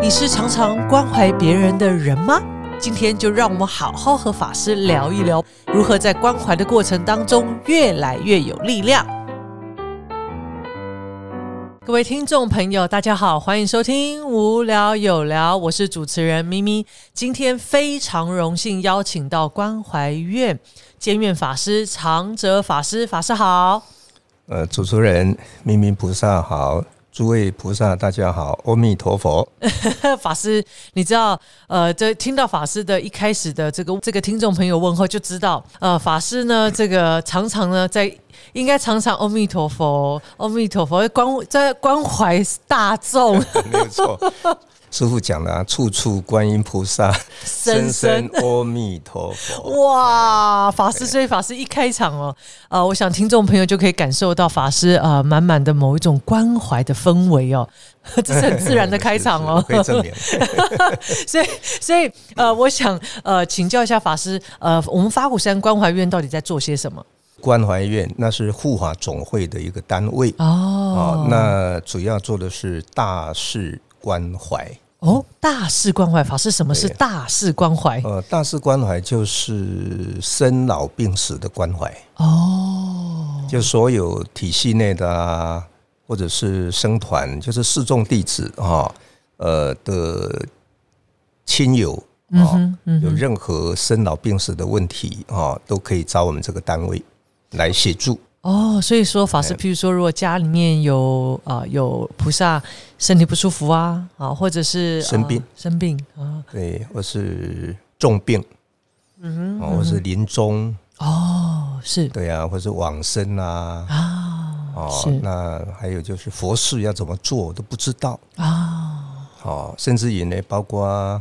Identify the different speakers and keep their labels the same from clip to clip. Speaker 1: 你是常常关怀别人的人吗？今天就让我们好好和法师聊一聊，如何在关怀的过程当中越来越有力量。各位听众朋友，大家好，欢迎收听《无聊有聊》，我是主持人咪咪。今天非常荣幸邀请到关怀院监院法师长哲法师，法师好。
Speaker 2: 呃，主持人明明菩萨好，诸位菩萨大家好，阿弥 陀佛。
Speaker 1: 法师，你知道，呃，这听到法师的一开始的这个这个听众朋友问候，就知道，呃，法师呢，这个常常呢，在应该常常阿弥陀佛，阿弥陀佛，关在关怀大众，
Speaker 2: 没有错，师傅讲的啊，处处观音菩萨，
Speaker 1: 深深
Speaker 2: 阿弥陀佛。，
Speaker 1: 哇，法师，所以法师一开场哦，呃，我想听众朋友就可以感受到法师呃满满的某一种关怀的氛围哦， 这是很自然的开场哦
Speaker 2: 可以证明。
Speaker 1: 所以，所以，呃，我想，呃，请教一下法师，呃，我们法鼓山关怀院到底在做些什么？
Speaker 2: 关怀院那是护法总会的一个单位啊、
Speaker 1: 哦
Speaker 2: 哦，那主要做的是大事关怀。
Speaker 1: 哦，大事关怀法师，什么是
Speaker 2: 对
Speaker 1: 大事关怀？
Speaker 2: 呃，大事关怀就是生老病死的关怀。
Speaker 1: 哦，
Speaker 2: 就所有体系内的啊，或者是生团，就是示众弟子啊，呃的亲友
Speaker 1: 嗯
Speaker 2: 啊，
Speaker 1: 哼，嗯
Speaker 2: 有
Speaker 1: 哼，
Speaker 2: 任何生老病死的问题啊，都可以找我们这个单位来协助。
Speaker 1: 哦，所以说法师，譬如说，如果家里面有啊、呃有菩萨身体不舒服啊，啊，或者是
Speaker 2: 生
Speaker 1: 呃
Speaker 2: 病
Speaker 1: 生病啊，
Speaker 2: 对，或是重病，嗯哼，或是临终，
Speaker 1: 哦，是
Speaker 2: 对啊，或是往生啊，
Speaker 1: 啊，
Speaker 2: 哦
Speaker 1: 是，
Speaker 2: 那还有就是佛事要怎么做都不知道，
Speaker 1: 啊，
Speaker 2: 哦，甚至也呢，包括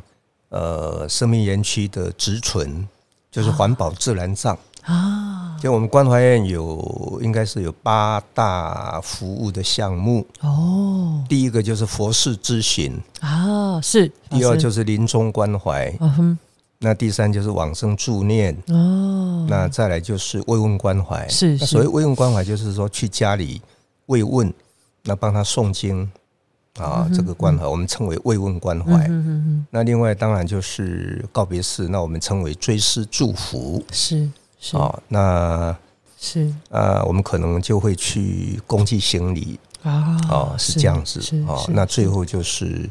Speaker 2: 呃生命园区的植存，就是
Speaker 1: 啊
Speaker 2: 环保自然葬啊。就我们关怀院有应该是有八大服务的项目，
Speaker 1: 哦，
Speaker 2: 第一个就是佛事咨询，
Speaker 1: 啊，是。，
Speaker 2: 第二就是是临终关怀，
Speaker 1: 嗯哼，
Speaker 2: 那第三就是往生助念。
Speaker 1: 哦，
Speaker 2: 那再来就是慰问关怀，
Speaker 1: 是
Speaker 2: 那
Speaker 1: 是
Speaker 2: 所谓慰问关怀，就是说去家里慰问，那帮他诵经啊，这个关怀我们称为慰问关怀。
Speaker 1: 嗯哼哼，
Speaker 2: 那另外当然就是告别式，那我们称为追思祝福
Speaker 1: 是是、
Speaker 2: 哦。那
Speaker 1: 是
Speaker 2: 呃，我们可能就会去公祭行礼
Speaker 1: 啊，
Speaker 2: 哦，是这样子
Speaker 1: 是
Speaker 2: 哦
Speaker 1: 是。
Speaker 2: 那最后就是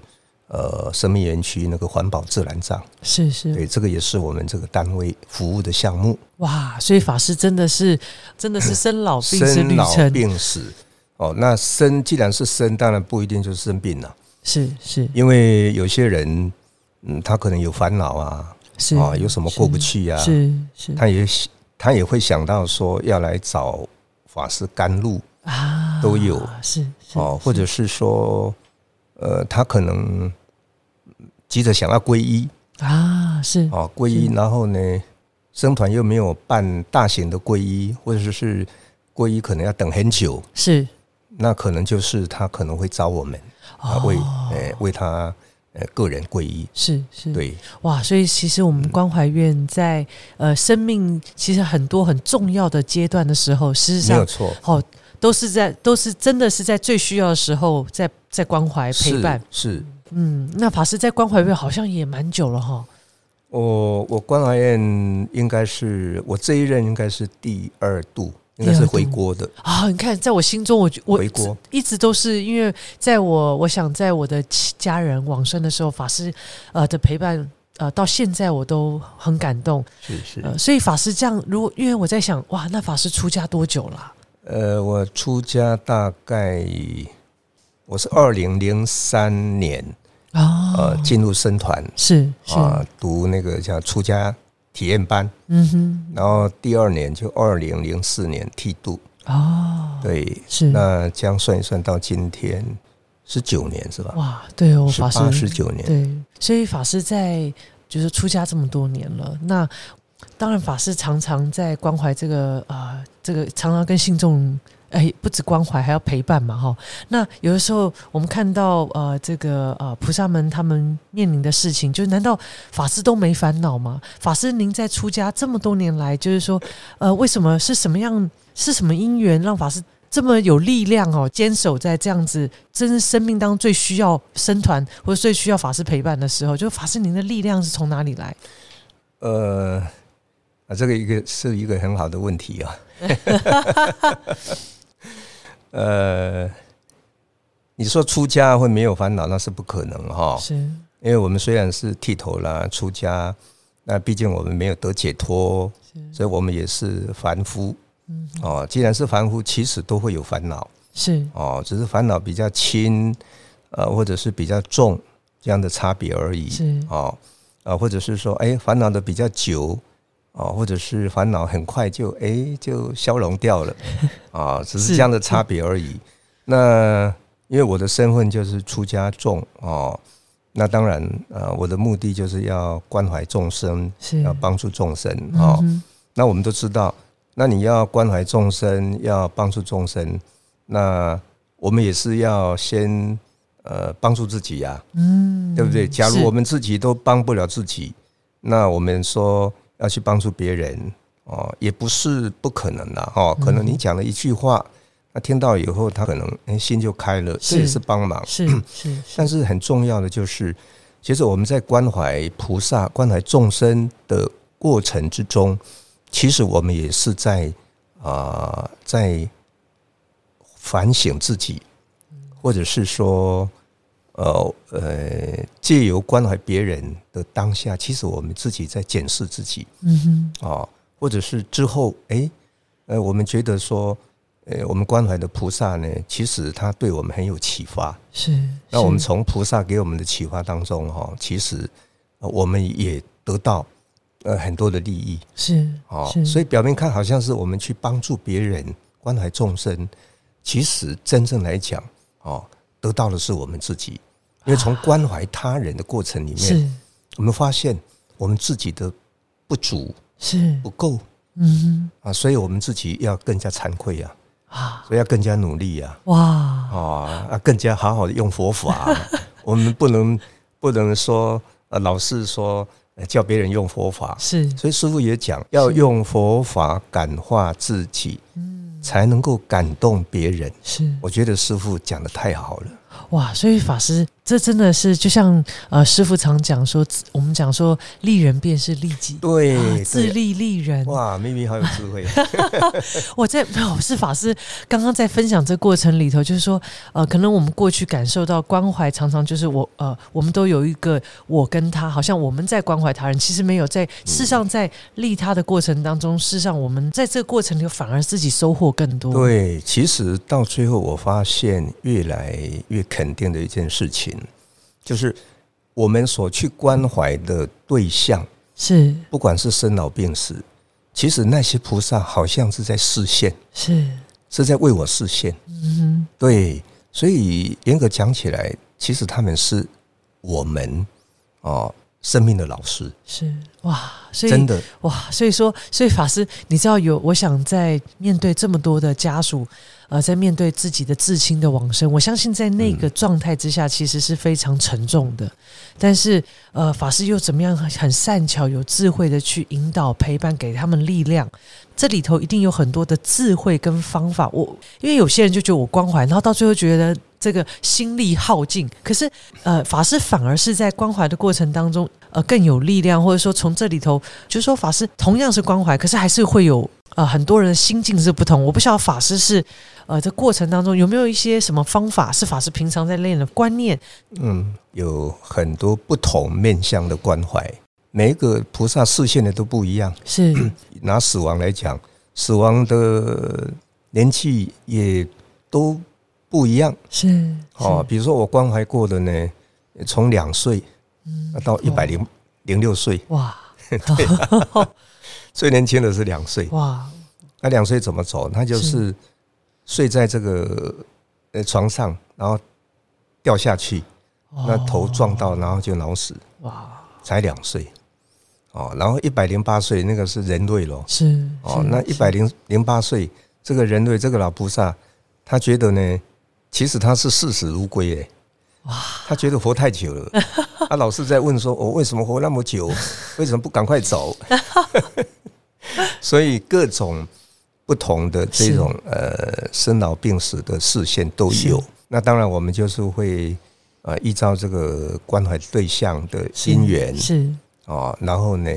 Speaker 2: 呃，生命园区那个环保自然葬，
Speaker 1: 是是
Speaker 2: 对，这个也是我们这个单位服务的项目。
Speaker 1: 哇，所以法师真的是真的 是生老病死
Speaker 2: 生
Speaker 1: 旅
Speaker 2: 老
Speaker 1: 程，
Speaker 2: 病死哦，那生既然是生，当然不一定就是生病了，
Speaker 1: 是是
Speaker 2: 因为有些人嗯，他可能有烦恼啊，
Speaker 1: 是
Speaker 2: 哦，有什么过不去啊，
Speaker 1: 是是
Speaker 2: 他也他也会想到说要来找法师甘露
Speaker 1: 啊，
Speaker 2: 都有
Speaker 1: 是是
Speaker 2: 哦，或者是说，呃，他可能急着想要皈依
Speaker 1: 啊是
Speaker 2: 哦，皈依，然后呢，僧团又没有办大型的皈依，或者是皈依可能要等很久，
Speaker 1: 是
Speaker 2: 那可能就是他可能会找我们啊
Speaker 1: 哦
Speaker 2: 为呃为他呃个人皈依，
Speaker 1: 是是，
Speaker 2: 对，嗯
Speaker 1: 哇，所以其实我们关怀院在呃生命其实很多很重要的阶段的时候，事实
Speaker 2: 没
Speaker 1: 上
Speaker 2: 有错，
Speaker 1: 好、哦、都是在都是真的是在最需要的时候在在关怀陪
Speaker 2: 是
Speaker 1: 伴。
Speaker 2: 是。
Speaker 1: 嗯，那法师在关怀院好像也蛮久了哈。
Speaker 2: 我我关怀院应该是我这一任应该是第二度，应该是回国的，
Speaker 1: 啊，你看，在我心中我，我
Speaker 2: 回国
Speaker 1: 一直都是因为，在我我想在我的亲家人往生的时候，法师呃的陪伴。呃，到现在我都很感动，
Speaker 2: 是是。
Speaker 1: 呃，所以法师这样，如果因为我在想，哇，那法师出家多久了啊、
Speaker 2: 呃，我出家大概我是二零零三年
Speaker 1: 哦
Speaker 2: 呃进入僧团
Speaker 1: 是是，
Speaker 2: 啊，读那个叫出家体验班，
Speaker 1: 嗯哼，
Speaker 2: 然后第二年就二零零四年剃度，
Speaker 1: 哦，
Speaker 2: 对，
Speaker 1: 是
Speaker 2: 那这样算一算到今天十九年是吧？
Speaker 1: 哇，对哦，
Speaker 2: 十
Speaker 1: 法
Speaker 2: 八十
Speaker 1: 师
Speaker 2: 九年，
Speaker 1: 对，所以法师在就是出家这么多年了，那当然法师常常在关怀这个啊、呃这个常常跟信众。哎，不止关怀，还要陪伴嘛，哈。那有的时候我们看到呃，这个呃菩萨们他们面临的事情，就是难道法师都没烦恼吗？法师，您在出家这么多年来，就是说，呃，为什么是什么样是什么因缘让法师这么有力量哦，坚守在这样子，真是生命当中最需要僧团或者最需要法师陪伴的时候，就法师您的力量是从哪里来？
Speaker 2: 呃，啊，这个一个是一个很好的问 题啊。呃，你说出家会没有烦恼，那是不可能哈、
Speaker 1: 是
Speaker 2: 因为我们虽然是剃头啦、出家，那毕竟我们没有得解脱，
Speaker 1: 是
Speaker 2: 所以我们也是凡夫
Speaker 1: 嗯
Speaker 2: 哦。既然是凡夫，其实都会有烦恼
Speaker 1: 是
Speaker 2: 哦，只是烦恼比较轻，呃，或者是比较重这样的差别而已。
Speaker 1: 是
Speaker 2: 哦，啊，或者是说，哎，烦恼的比较久，哦，或者是烦恼很快就哎就消融掉了，啊，只
Speaker 1: 是
Speaker 2: 是这样的差别而已。那因为我的身份就是出家众哦，那当然，呃，我的目的就是要关怀众生，
Speaker 1: 是
Speaker 2: 要帮助众生哦。
Speaker 1: 嗯
Speaker 2: 那我们都知道，那你要关怀众生，要帮助众生，那我们也是要先呃帮助自己呀、
Speaker 1: 嗯
Speaker 2: 对不对？假如我
Speaker 1: 们
Speaker 2: 们自己都帮不了自己，那我们说要去帮助别人哦，也不是不可能啦。哦。
Speaker 1: 嗯
Speaker 2: 可能你讲了一句话，那听到以后，他可能哎心就开了，
Speaker 1: 是
Speaker 2: 这也是帮忙。
Speaker 1: 是是 是
Speaker 2: 但是很重要的就是，其实我们在关怀菩萨、关怀众生的过程之中，其实我们也是在啊、在反省自己，或者是说，呃呃，借由关怀别人的当下，其实我们自己在检视自己
Speaker 1: 嗯哼
Speaker 2: 啊、或者是之后，哎，呃，我们觉得说，呃，我们关怀的菩萨呢，其实他对我们很有启发。
Speaker 1: 是。
Speaker 2: 那我们
Speaker 1: 是
Speaker 2: 从菩萨给我们的启发当中，哈，其实呃我们也得到呃很多的利益
Speaker 1: 是
Speaker 2: 哦
Speaker 1: 是，。
Speaker 2: 所
Speaker 1: 以
Speaker 2: 以表面看好像是我们去帮助别人、关怀众生，其实真正来讲，哦，得到的是我们自己。因为从关怀他人的过程里面，
Speaker 1: 是
Speaker 2: 我们发现我们自己的不足、
Speaker 1: 是
Speaker 2: 不够
Speaker 1: 嗯
Speaker 2: 啊，所以我们自己要更加惭愧呀、
Speaker 1: 哼啊
Speaker 2: 所以要更加努力呀、啊
Speaker 1: 哇
Speaker 2: 哦，啊，更加好好的用 佛法。我们不能不能说呃，老是说呃叫别人用佛法，
Speaker 1: 是
Speaker 2: 所以师傅也讲要
Speaker 1: 是
Speaker 2: 用佛法感化自己，
Speaker 1: 嗯
Speaker 2: 才能够感动别人。
Speaker 1: 是
Speaker 2: 我觉得师傅讲的太好了，
Speaker 1: 哇，所以法师这真的是就像呃师傅常讲说，自我们讲说利人便是利己，
Speaker 2: 对，
Speaker 1: 啊
Speaker 2: 对
Speaker 1: 自利利人。
Speaker 2: 哇，咪咪好有智 慧，
Speaker 1: 我在没有是法师刚刚在分享这过程里头，就是说，呃，可能我们过去感受到关怀，常常就是我呃，我们都有一个我跟他，好像我们在关怀他人，其实没有在事实上在利他的过程当中，事实上我们在这个过程里反而自己收获更多。，
Speaker 2: 对，其实到最后，我发现越来越肯定的一件事情，就是我们所去关怀的对象，
Speaker 1: 是
Speaker 2: 不管是生老病死，其实那些菩萨好像是在示现，
Speaker 1: 是，
Speaker 2: 是在为我示现。
Speaker 1: 嗯
Speaker 2: 对，所以严格讲起来，其实他们是我们哦生命的老师，
Speaker 1: 哼，是哇，所以
Speaker 2: 真的
Speaker 1: 哇，所以说，所以法师，你知道有，我想在面对这么多的家属，呃，在面对自己的至亲的往生，我相信在那个状态之下，其实是非常沉重的。但是，呃，法师又怎么样很很善巧、有智慧的去引导、陪伴，给他们力量。这里头一定有很多的智慧跟方法。我因为有些人就觉得我关怀，然后到最后觉得这个心力耗尽。可是，呃，法师反而是在关怀的过程当中，呃，更有力量，或者说从这里头，就是说法师同样是关怀，可是还是会有呃很多人的心境是不同。我不晓得法师是呃这过程当中有没有一些什么方法，是法师平常在练的观念？
Speaker 2: 嗯，有很多不同面向的关怀，每一个菩萨示现的都不一样。
Speaker 1: 是
Speaker 2: 拿死亡来讲，死亡的年纪也都不一样。
Speaker 1: 是
Speaker 2: 哦，，比如说我关怀过的呢，从两岁
Speaker 1: 嗯
Speaker 2: 到一百零零六岁，
Speaker 1: 哇
Speaker 2: 最年轻的是两岁。
Speaker 1: 哇
Speaker 2: 那两岁怎么走？他就是睡在这个呃床上，然后掉下去，那头撞到，然后就脑死，
Speaker 1: 哦哇
Speaker 2: 才两岁。哦，然后一百零八岁那个是人类咯。
Speaker 1: 是
Speaker 2: 哦，那一百零零八岁这个人类这个老菩萨，他觉得呢，其实他是视死如归哎。他觉得活太久了， 他老是在问说：“我、为什么活那么 久？为什么不赶快走？”所以各种不不同的这种呃生老病死的视线都有。那当然，我们就是会呃依照这个关怀对象的因缘
Speaker 1: 是
Speaker 2: 哦，然后呢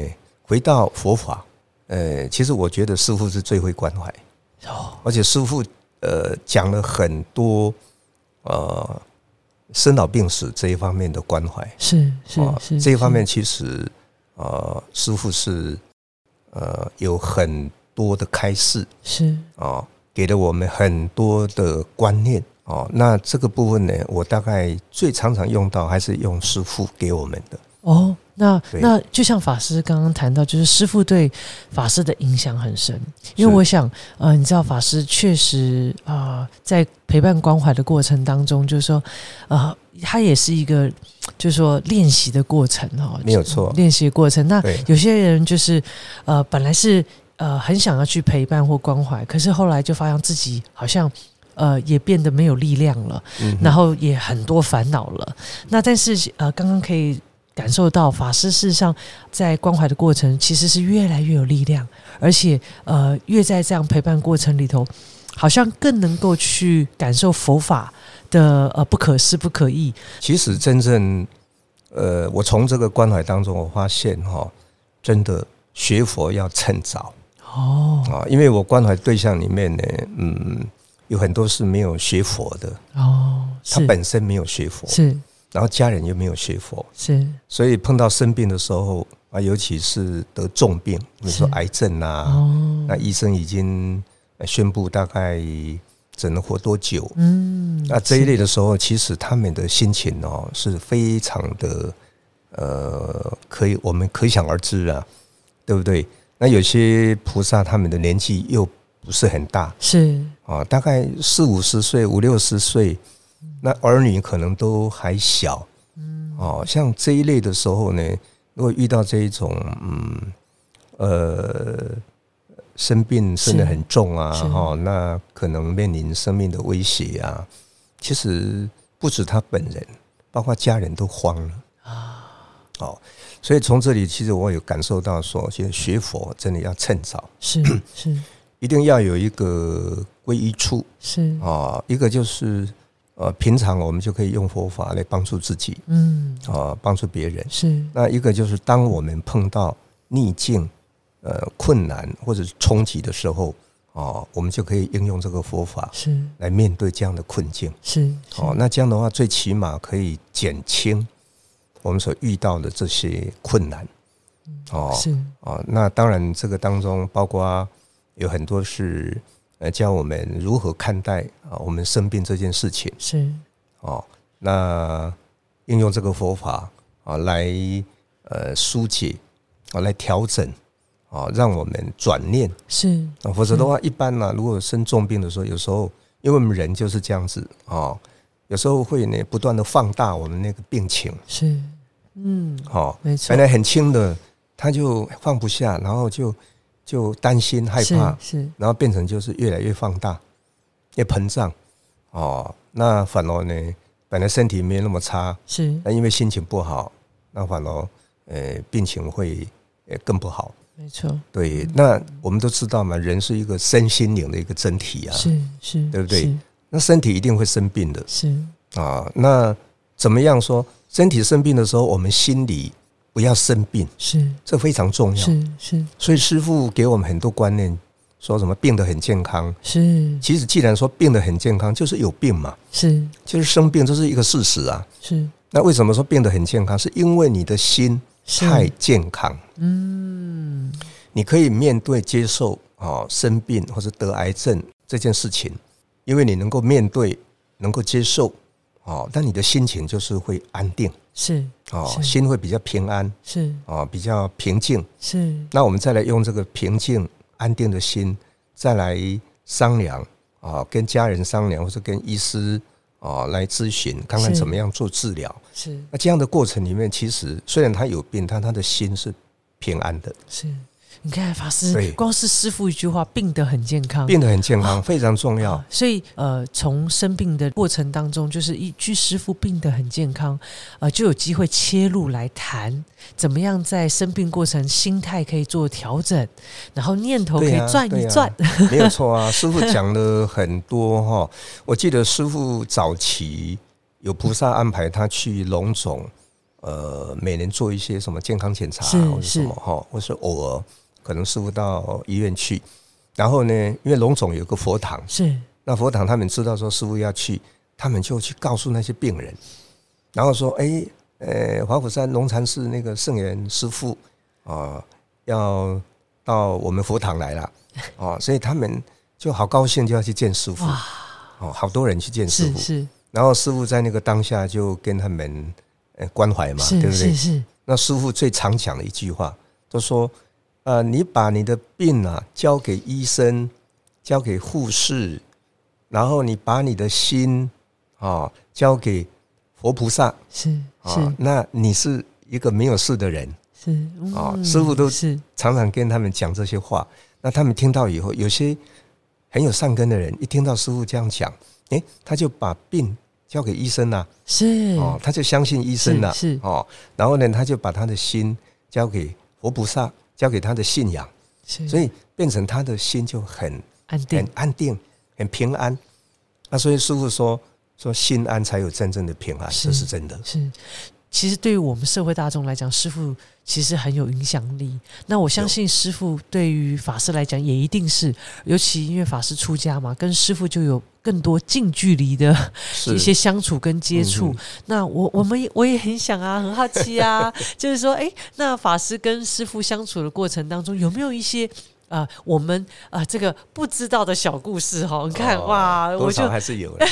Speaker 2: 回到佛法。呃，其实我觉得师傅是最会关怀，
Speaker 1: 哦，
Speaker 2: 而且师傅呃讲了很多呃生老病死这一方面的关怀
Speaker 1: 是是
Speaker 2: 哦
Speaker 1: 是
Speaker 2: 这一方
Speaker 1: 是
Speaker 2: 面其实呃师傅是呃有很多的开示
Speaker 1: 是
Speaker 2: 哦，给了我们很多的观念哦。那这个部分呢，我大概最常常用到还是用师傅给我们的，
Speaker 1: 哦。那
Speaker 2: 对
Speaker 1: 那就像法师刚刚谈到，就是师傅对法师的影响很深，因为
Speaker 2: 是
Speaker 1: 我想，呃，你知道法师确实啊、呃在陪伴关怀的过程当中，就是说，呃，他也是一个，就是说练习的过程哈、哦，
Speaker 2: 没有错
Speaker 1: 练习的过程。那
Speaker 2: 对
Speaker 1: 有些人就是，呃，本来是呃很想要去陪伴或关怀，可是后来就发现自己好像呃也变得没有力量了。
Speaker 2: 嗯哼
Speaker 1: 然后也很多烦恼了。那但是呃，刚刚可以感受到法师事实上在关怀的过程其实是越来越有力量，而且呃，越在这样陪伴过程里头，好像更能够去感受佛法的呃不可思不可议。
Speaker 2: 其实真正，呃，我从这个关怀当中，我发现哈、真的学佛要趁早
Speaker 1: 哦
Speaker 2: 啊，因为我关怀对象里面呢，嗯，有很多是没有学佛的，
Speaker 1: 哦，
Speaker 2: 他
Speaker 1: 是
Speaker 2: 本身没有学佛，
Speaker 1: 是
Speaker 2: 然后家人又没有学佛，
Speaker 1: 是
Speaker 2: 所以碰到生病的时候啊，尤其是得重病，比如说
Speaker 1: 是
Speaker 2: 癌症啊，
Speaker 1: 哦，
Speaker 2: 那医生已经呃宣布大概只能活多久，
Speaker 1: 嗯，
Speaker 2: 那这一
Speaker 1: 是
Speaker 2: 类的时候，其实他们的心情哦是非常的，呃，可以我们可想而知啊，对不对？那有些菩萨他们的年纪又不是很大
Speaker 1: 是
Speaker 2: 啊，大概四五十岁、五六十岁，那儿女可能都还小，
Speaker 1: 嗯
Speaker 2: 哦，像这一类的时候呢，如果遇到这一种嗯呃生病生得
Speaker 1: 是
Speaker 2: 很重啊，
Speaker 1: 是
Speaker 2: 哦，那可能面临生命的威胁啊，其实不止他本人，包括家人都慌了啊，哦，所以从这里其实我有感受到说，其实学佛真的要趁早，
Speaker 1: 是是
Speaker 2: 一定要有一个皈依处。
Speaker 1: 是，
Speaker 2: 啊、一个就是呃，平常我们就可以用佛法来帮助自己
Speaker 1: 嗯
Speaker 2: 啊、帮助别人。
Speaker 1: 是
Speaker 2: 那一个就是当我们碰到逆境、呃困难或者是冲击的时候，哦、我们就可以应用这个佛法
Speaker 1: 是
Speaker 2: 来面对这样的困境。
Speaker 1: 是
Speaker 2: 哦，那这样的话，最起码可以减轻我们所遇到的这些困难。哦，
Speaker 1: 是是
Speaker 2: 哦，那当然，这个当中包括有很多是呃教我们如何看待啊我们生病这件事情
Speaker 1: 是
Speaker 2: 哦。那应用这个佛法啊来呃疏解啊来调整啊，让我们转念
Speaker 1: 是
Speaker 2: 啊，否则的话，一般呢、如果生重病的时候，有时候因为我们人就是这样子啊、哦，有时候会呢不断的放大我们那个病情
Speaker 1: 是，嗯，
Speaker 2: 哦，
Speaker 1: 没错
Speaker 2: 本，来很轻的，他就放不下，然后就就担心害
Speaker 1: 是
Speaker 2: 怕，
Speaker 1: 是
Speaker 2: 然后变成就是越来越放大，越膨胀。哦，那反而呢，本来身体没那么差，
Speaker 1: 是，
Speaker 2: 那因为心情不好，那反而呃病情会呃更不好。
Speaker 1: 没错，
Speaker 2: 对，那我们都知道嘛，人是一个身心灵的一个整体啊，
Speaker 1: 是是，
Speaker 2: 对不对？那身体一定会生病的
Speaker 1: 是是
Speaker 2: 啊。那怎么样说？身体生病的时候，我们心里不要生病，
Speaker 1: 是
Speaker 2: 这非常重要。
Speaker 1: 是是
Speaker 2: 所以师傅给我们很多观念，说什么病得很健康。
Speaker 1: 是
Speaker 2: 其实既然说病得很健康，就是有病嘛，
Speaker 1: 是
Speaker 2: 就是生病，这是一个事实啊。
Speaker 1: 是
Speaker 2: 那为什么说病得很健康？是因为你的心
Speaker 1: 是，
Speaker 2: 太健康，
Speaker 1: 嗯，
Speaker 2: 你可以面对、接受哦生病或者得癌症这件事情，因为你能够面对、能够接受哦，但你的心情就是会安定
Speaker 1: 是
Speaker 2: 哦，
Speaker 1: 是
Speaker 2: 心会比较平安
Speaker 1: 是
Speaker 2: 哦，比较平静。
Speaker 1: 是
Speaker 2: 那我们再来用这个平静安定的心，再来商量啊，跟家人商量，或者跟医师啊来咨询，看看
Speaker 1: 是
Speaker 2: 怎么样做治疗。
Speaker 1: 是
Speaker 2: 那这样的过程里面，其实虽然他有病，但他的心是平安的。
Speaker 1: 是。你看法师
Speaker 2: 对，
Speaker 1: 光是师傅一句话，病得很健康，
Speaker 2: 变得很健康，非常重要
Speaker 1: 啊。所以呃，从生病的过程当中，就是一句师傅病得很健康，呃，就有机会切入来谈怎么样在生病过程心态可以做调整，然后念头可
Speaker 2: 对
Speaker 1: 以
Speaker 2: 啊
Speaker 1: 转
Speaker 2: 对
Speaker 1: 一
Speaker 2: 啊
Speaker 1: 转。
Speaker 2: 没有错啊，师傅讲了很多哈、我记得师傅早期有菩萨安排他去龙总，呃，每年做一些什么健康检查啊
Speaker 1: 是
Speaker 2: 或者什
Speaker 1: 是
Speaker 2: 么哈、或是偶尔可能师傅到医院去。然后呢，因为龙总有个佛堂，
Speaker 1: 是
Speaker 2: 那佛堂他们知道说师傅要去，他们就去告诉那些病人，然后说：“哎、呃，华虎山龙禅寺那个圣严师傅啊、要到我们佛堂来 了哦，所以他们就好高兴，就要去见师傅
Speaker 1: 哇
Speaker 2: 哦，好多人去见师
Speaker 1: 是
Speaker 2: 傅。
Speaker 1: 是
Speaker 2: 然后师傅在那个当下就跟他们呃关怀嘛，对
Speaker 1: 是
Speaker 2: 不对
Speaker 1: 是？是，
Speaker 2: 那师傅最常讲的一句话，就说：“呃，你把你的病啊交给医生，交给护士，然后你把你的心啊、交给佛菩萨啊、
Speaker 1: 是是
Speaker 2: 那你是一个没有事的人。
Speaker 1: 是
Speaker 2: 啊
Speaker 1: 嗯
Speaker 2: 师傅都
Speaker 1: 是
Speaker 2: 常常跟他们讲这些话，那他们听到以后，有些很有善根的人，一听到师傅这样讲，诶，他就把病交给医生啦、啊
Speaker 1: 是
Speaker 2: 哦，他就相信医生了，
Speaker 1: 嗯是是
Speaker 2: 哦，然后呢，他就把他的心交给佛菩萨，交给他的信仰，
Speaker 1: 是，
Speaker 2: 所以变成他的心就很
Speaker 1: 嗯安
Speaker 2: 很
Speaker 1: 定
Speaker 2: 安定，很平安。那所以师傅说说心安才有真正的平安，
Speaker 1: 是
Speaker 2: 这是真的。
Speaker 1: 是。其实对于我们社会大众来讲，师傅其实很有影响力。那我相信师傅对于法师来讲也一定是，尤其因为法师出家嘛，跟师傅就有更多近距离的
Speaker 2: 是
Speaker 1: 一些相处跟接触。
Speaker 2: 嗯
Speaker 1: 那我我们也我也很想啊，很好奇 啊，就是说，诶，那法师跟师傅相处的过程当中，有没有一些啊、呃我们啊、呃这个不知道的小故事哈？你看、
Speaker 2: 哦
Speaker 1: 哇，
Speaker 2: 多
Speaker 1: 我
Speaker 2: 少
Speaker 1: 就
Speaker 2: 还是有了。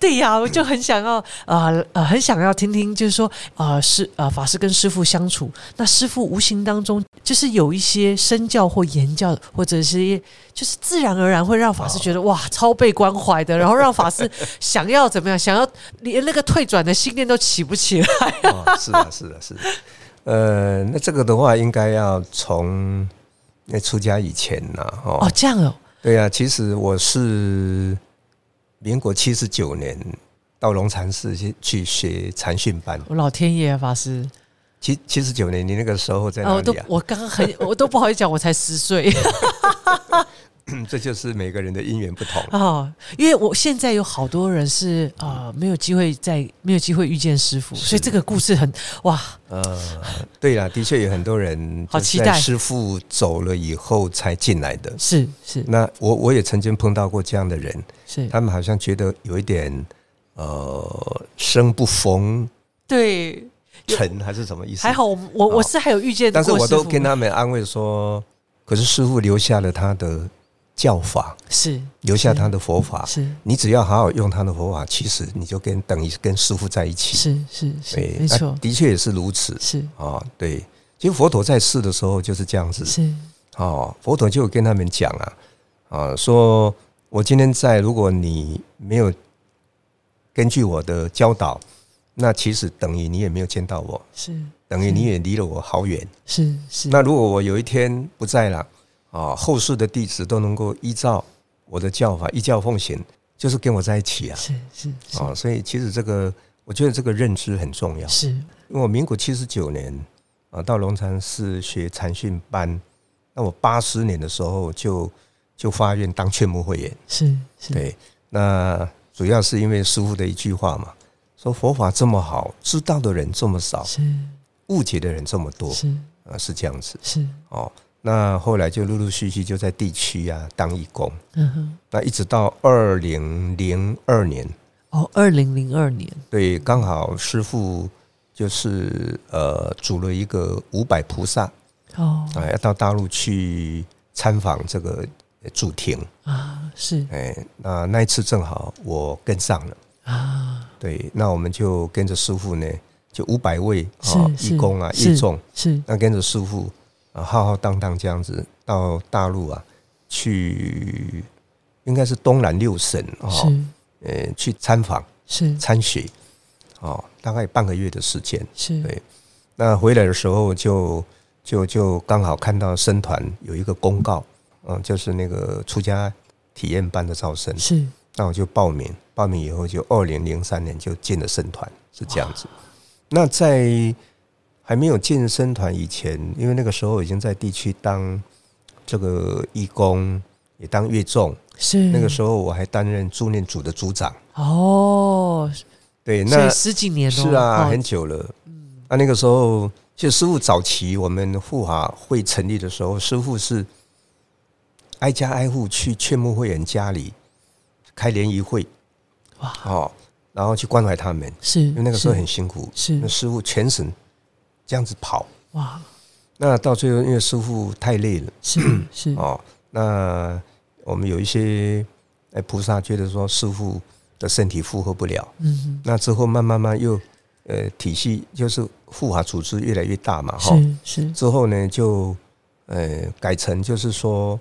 Speaker 1: 对呀，我就很想要啊呃很想要听听，就是说啊、呃师啊、法师跟师傅相处，那师傅无形当中就是有一些身教或言教，或者是一就是自然而然会让法师觉得、哇超被关怀的，然后让法师想要怎么样，想要连那个退转的信念都起不起来。
Speaker 2: 哦，是啊，是啊，是啊。呃，那这个的话，应该要从那出家以前呐、哦，
Speaker 1: 哦，这样哦，
Speaker 2: 对啊，其实我是民国七十九年到龙禅寺去去学禅训班。
Speaker 1: 我老天爷、啊、法师，
Speaker 2: 七七十九年，你那个时候在
Speaker 1: 啊，
Speaker 2: 哪
Speaker 1: 我都
Speaker 2: 里啊？
Speaker 1: 我刚刚很我都不好意思讲，我才十岁。
Speaker 2: 这就是每个人的因缘不同。
Speaker 1: 哦，因为我现在有好多人是呃没有机会在没有机会遇见师傅，所以这个故事很哇，
Speaker 2: 呃，对啦，的确有很多人
Speaker 1: 好
Speaker 2: 就是
Speaker 1: 期
Speaker 2: 在
Speaker 1: 待
Speaker 2: 师傅走了以后才进来的。
Speaker 1: 是是
Speaker 2: 那我我也曾经碰到过这样的人，
Speaker 1: 是，
Speaker 2: 他们好像觉得有一点呃生不逢
Speaker 1: 对，
Speaker 2: 辰还是什么意思？
Speaker 1: 还好我们我我是还有遇见过
Speaker 2: 但
Speaker 1: 师
Speaker 2: 是
Speaker 1: 傅，
Speaker 2: 我都跟他们安慰说，可是师傅留下了他的教法，
Speaker 1: 是
Speaker 2: 留下他的佛法，
Speaker 1: 是
Speaker 2: 你只要好好用他的佛法，其实你就跟等于跟师傅在一起。
Speaker 1: 是是是，
Speaker 2: 对，
Speaker 1: 没错
Speaker 2: 那，的确也是如此
Speaker 1: 是
Speaker 2: 啊、对，其实佛陀在世的时候就是这样子
Speaker 1: 是
Speaker 2: 哦，佛陀就有跟他们讲啊，啊，说我今天在，如果你没有根据我的教导，那其实等于你也没有见到我，
Speaker 1: 是
Speaker 2: 等于你也离了我好远。
Speaker 1: 是是，
Speaker 2: 那如果我有一天不在了，啊，后世的弟子都能够依照我的教法，依教奉行，就是跟我在一起啊，
Speaker 1: 是是是
Speaker 2: 啊，所以其实这个，我觉得这个认知很重要。
Speaker 1: 是
Speaker 2: 因为我民国七十九年啊，到龙禅寺学禅训班，那我八十年的时候就就发愿当劝募会员，
Speaker 1: 是是，
Speaker 2: 对，那主要是因为师傅的一句话嘛，说佛法这么好，知道的人这么少，
Speaker 1: 是
Speaker 2: 误解的人这么多，
Speaker 1: 是
Speaker 2: 啊，是这样子。
Speaker 1: 是，
Speaker 2: 哦，那后来就陆陆续续就在地区啊当义工，
Speaker 1: 嗯哼，
Speaker 2: 那一直到二零零二年，
Speaker 1: 哦，二零零二年
Speaker 2: 对，刚好师傅就是呃组了一个五百菩萨
Speaker 1: 哦
Speaker 2: 啊，要到大陆去参访这个主庭，
Speaker 1: 啊是
Speaker 2: 哎，那那一次正好我跟上了，
Speaker 1: 啊
Speaker 2: 对，那我们就跟着师傅呢，就五百位啊、
Speaker 1: 是是
Speaker 2: 义工啊
Speaker 1: 是
Speaker 2: 义众，
Speaker 1: 是
Speaker 2: 那跟着师傅啊，浩浩荡荡这样子到大陆啊，去应该是东南六省哦，
Speaker 1: 是
Speaker 2: 呃，去参访
Speaker 1: 是
Speaker 2: 参学哦，大概半个月的时间。
Speaker 1: 是
Speaker 2: 对那回来的时候就就就刚好看到生团有一个公告，嗯，就是那个出家体验班的招生，
Speaker 1: 是
Speaker 2: 那我就报名，报名以后就二零零三年就进了生团，是这样子。那在还没有进生团以前，因为那个时候已经在地区当这个义工，也当乐众，
Speaker 1: 是
Speaker 2: 那个时候我还担任助念组的组长。
Speaker 1: 哦，
Speaker 2: 对，
Speaker 1: 所
Speaker 2: 那
Speaker 1: 以十几年哦，
Speaker 2: 是啊，
Speaker 1: 哦
Speaker 2: 很久了。啊那那个时候，就师傅早期我们护法会成立的时候，师傅是挨家挨户去劝募会员家里开联谊会
Speaker 1: 哇，
Speaker 2: 哦，然后去关怀他们，
Speaker 1: 是
Speaker 2: 因为那个时候
Speaker 1: 是
Speaker 2: 很辛苦，那
Speaker 1: 是
Speaker 2: 师傅全省这样子跑，
Speaker 1: 哇，
Speaker 2: 那到最后因为师傅太累了
Speaker 1: 是是
Speaker 2: 哦，那我们有一些哎菩萨觉得说师傅的身体负荷不了。
Speaker 1: 嗯
Speaker 2: 那之后慢慢慢又呃体系就是护法组织越来越大嘛哈，
Speaker 1: 哼，是是
Speaker 2: 之后呢就呃改成就是说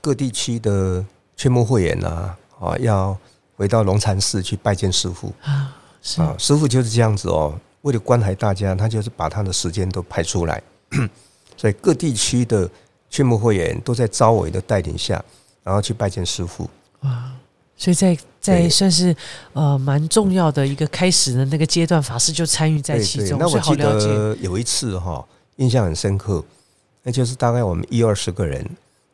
Speaker 2: 各地区的劝募会员啊啊要回到龙禅寺去拜见师傅
Speaker 1: 啊是
Speaker 2: 啊，师傅就是这样子哦，为了关怀大家，他就是把他的时间都排出来， 所以各地区的劝募会员都在招伟的带领下，然后去拜见师傅。
Speaker 1: 哇。所以在在
Speaker 2: 对
Speaker 1: 算是呃蛮重要的一个开始的那个阶段，法师就参与在
Speaker 2: 对
Speaker 1: 其
Speaker 2: 对
Speaker 1: 中，
Speaker 2: 那
Speaker 1: 所
Speaker 2: 我
Speaker 1: 以好
Speaker 2: 记
Speaker 1: 了解。
Speaker 2: 得有一次哈、印象很深刻，那就是大概我们一二十个人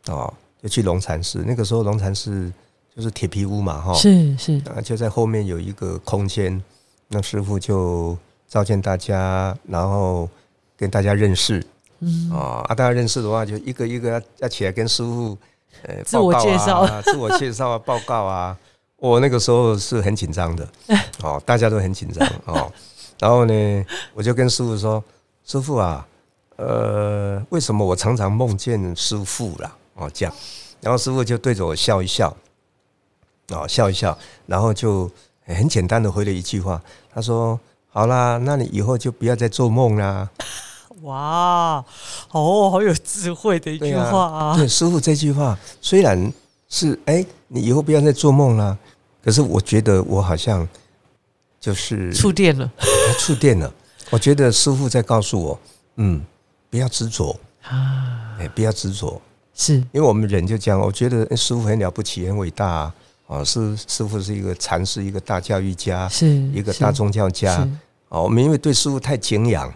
Speaker 2: 哦，就去龙禅寺。那个时候龙禅寺就是铁皮屋嘛哈、
Speaker 1: 是是
Speaker 2: 啊就在后面有一个空间，那师傅就召见大家，然后跟大家认识
Speaker 1: 嗯
Speaker 2: 啊、啊，大家认识的话，就一个一个要要起来跟师傅呃
Speaker 1: 自我
Speaker 2: 报告
Speaker 1: 介绍
Speaker 2: 啊、 自我介绍啊、报告啊。我那个时候是很紧 张的，哦，大家都很紧张哦。然后呢，我就跟师傅说：“师傅啊，呃，为什么我常常梦见师傅啦？”哦，这样，然后师傅就对着我笑一笑，哦，笑一笑，然后就哎很简单的回了一句话，他说：“好啦，那你以后就不要再做梦啦。”
Speaker 1: 哇哦，好有智慧的一
Speaker 2: 对
Speaker 1: 句话啊！
Speaker 2: 对，师傅这句话虽然是哎、你以后不要再做梦啦，可是我觉得我好像就是
Speaker 1: 触电了
Speaker 2: 触电了。我觉得师傅在告诉我，嗯，不要执着，
Speaker 1: 啊，
Speaker 2: 哎、不要执着，
Speaker 1: 是
Speaker 2: 因为我们人就这样。我觉得、哎师傅很了不起，很伟大啊，哦是师傅是一个禅师，一个大教育家，
Speaker 1: 是
Speaker 2: 一个
Speaker 1: 是
Speaker 2: 大宗教家。
Speaker 1: 是
Speaker 2: 哦，我们因为对师傅太敬仰，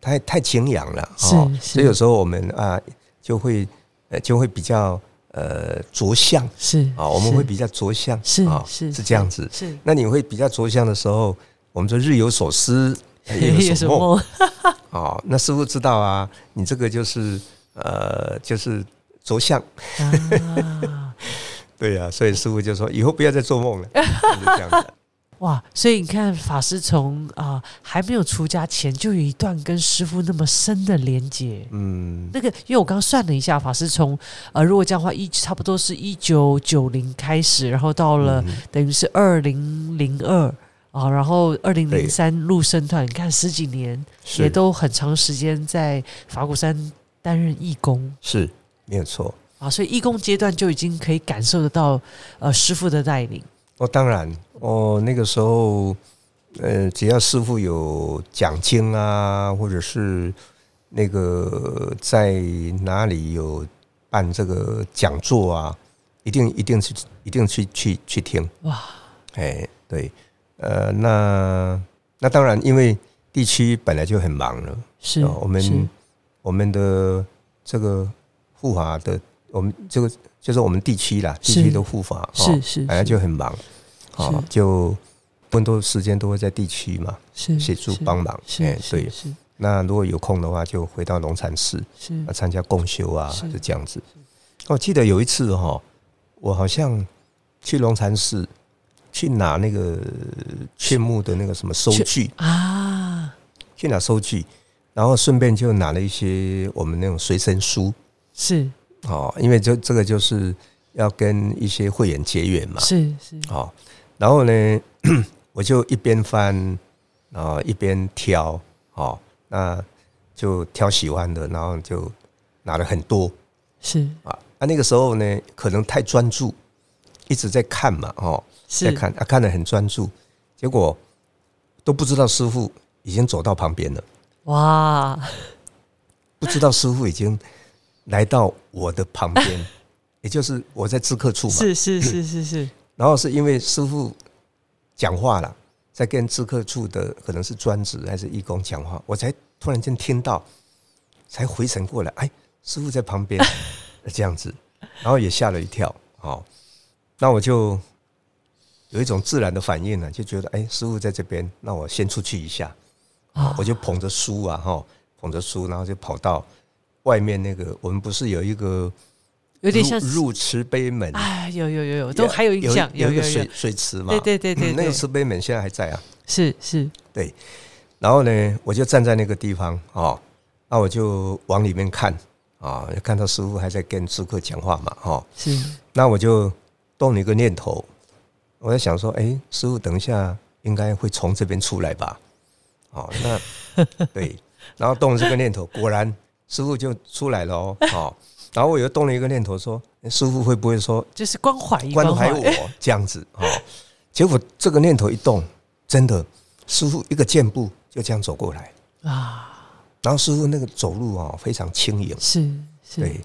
Speaker 2: 太太敬仰了，
Speaker 1: 是
Speaker 2: 哦，
Speaker 1: 是
Speaker 2: 所以有时候我们啊就会呃就会比较呃着相
Speaker 1: 是
Speaker 2: 啊、我们
Speaker 1: 是
Speaker 2: 会比较着相，
Speaker 1: 是
Speaker 2: 啊、
Speaker 1: 是
Speaker 2: 是这样子。
Speaker 1: 是
Speaker 2: 那你会比较着相的时候，我们说日有所思， 夜有
Speaker 1: 有什
Speaker 2: 所梦
Speaker 1: 么？
Speaker 2: 啊、哦。那师傅知道啊，你这个就是呃就是着相，
Speaker 1: 啊，
Speaker 2: 对呀、所以师傅就说以后不要再做梦了，就是这样子。
Speaker 1: 哇！所以你看，法师从啊、还没有出家前，就有一段跟师傅那么深的连接。
Speaker 2: 嗯，
Speaker 1: 那个，因为我刚算了一下，法师从呃，如果这样的话，一差不多是一九九零开始，然后到 了、
Speaker 2: 嗯
Speaker 1: 等于是二零零二啊，然后二零零三入生团，你看十几年也
Speaker 2: 是
Speaker 1: 都很长时间在法鼓山担任义工
Speaker 2: 是没有错。
Speaker 1: 啊，所以义工阶段就已经可以感受得到呃师傅的带领。
Speaker 2: 哦，当然，哦，那个时候，呃，只要师傅有讲经啊，或者是那个在哪里有办这个讲座啊，一定一定去一定去去去听。
Speaker 1: 哇！
Speaker 2: 哎，对，呃，那那当然，因为地区本来就很忙了，
Speaker 1: 是，
Speaker 2: 哦、我
Speaker 1: 是
Speaker 2: 们我们的这个护法的，我们这个就是我们地区啦，地
Speaker 1: 是
Speaker 2: 区的护法哦
Speaker 1: 是是，
Speaker 2: 本来就很忙，哦
Speaker 1: 是，
Speaker 2: 就很多时间都会在地区嘛
Speaker 1: 是
Speaker 2: 协助
Speaker 1: 嗯是
Speaker 2: 帮忙。
Speaker 1: 是
Speaker 2: 哎，
Speaker 1: 是
Speaker 2: 对，
Speaker 1: 是
Speaker 2: 那如果有空的话，就回到龙禅寺
Speaker 1: 是
Speaker 2: 啊参加共修啊，
Speaker 1: 嗯是
Speaker 2: 是这样子。我记得有一次哈、我好像去龙禅寺去拿那个劝募的那个什么收据，
Speaker 1: 啊，
Speaker 2: 去拿收据，然后顺便就拿了一些我们那种随身书
Speaker 1: 是
Speaker 2: 哦，因为这这个就是要跟一些会员结缘嘛，
Speaker 1: 是是
Speaker 2: 哦，然后呢， 我就一边翻，然后一边挑，哦，那就挑喜欢的，然后就拿了很多
Speaker 1: 是
Speaker 2: 啊。啊，那个时候呢，可能太专注，一直在看嘛，哦，在
Speaker 1: 是
Speaker 2: 看，啊，看得很专注，结果都不知道师傅已经走到旁边了。
Speaker 1: 哇，
Speaker 2: 不知道师傅已经来到我的旁边，也就是我在知客处嘛。
Speaker 1: 是是是是是，
Speaker 2: 然后是因为师傅讲话了，在跟知客处的可能是专职还是义工讲话，我才突然间听到，才回神过来，哎，师傅在旁 边这样子，然后也吓了一跳。好，那我就有一种自然的反应呢、就觉得哎，师傅在这边，那我先出去一下。啊，我就捧着书啊，哈，捧着书，然后就跑到外面那个，我们不是有一个
Speaker 1: 有点像
Speaker 2: 入入池碑门啊
Speaker 1: 哎，有有有有，都还有
Speaker 2: 一
Speaker 1: 印象，
Speaker 2: 有
Speaker 1: 有
Speaker 2: 一
Speaker 1: 有
Speaker 2: 个
Speaker 1: 有
Speaker 2: 水，水池嘛，
Speaker 1: 对对对对
Speaker 2: 嗯那
Speaker 1: 对
Speaker 2: 个，石碑门现在还在啊。
Speaker 1: 是是，
Speaker 2: 对，然后呢，我就站在那个地方哦，那我就往里面看啊、就看到师傅还在跟知客讲话嘛，哦，
Speaker 1: 是
Speaker 2: 那我就动了一个念头，我在想说，哎、师傅等一下应该会从这边出来吧？哦，那 对，然后动了这个念头，果然师傅就出来了哦，哦，然后我又动了一个念头说，诶师傅会不会说
Speaker 1: 就是关怀一
Speaker 2: 关怀
Speaker 1: 怀
Speaker 2: 我 这样子哦。结果这个念头一动，真的，师傅一个箭步就这样走过来，
Speaker 1: 啊，
Speaker 2: 然后师傅那个走路哦非常轻盈，
Speaker 1: 是是
Speaker 2: 对，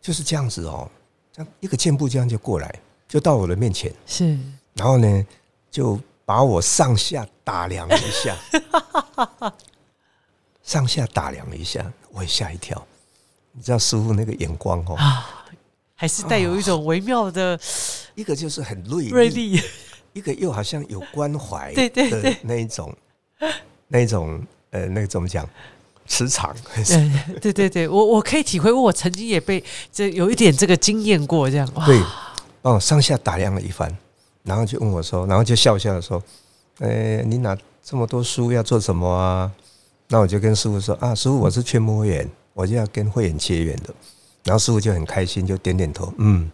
Speaker 2: 就是这样子哦，这样一个箭步这样就过来，就到我的面前，
Speaker 1: 是，
Speaker 2: 然后呢就把我上下打量了 一下，上下打量了一下，我也吓一跳。你知道师傅那个眼光哦，
Speaker 1: 啊还是带有一种微妙
Speaker 2: 啊
Speaker 1: 的
Speaker 2: 一个就是很锐
Speaker 1: 锐
Speaker 2: 利，
Speaker 1: 利，
Speaker 2: 一个又好像有关怀
Speaker 1: 对对
Speaker 2: 的那 一种，那一种呃，那个怎么讲？磁场
Speaker 1: 嗯对对对对，我我可以体会，我曾经也被这有一点这个经验过，这样哇，
Speaker 2: 对，帮我上下打量了一番，然后就问我说，然后就笑笑的说：“呃、你拿这么多书要做什么啊？”那我就跟师傅说：“啊，师傅，我是劝魔员，我就要跟慧眼结缘的。”然后师傅就很开心，就点点头，嗯，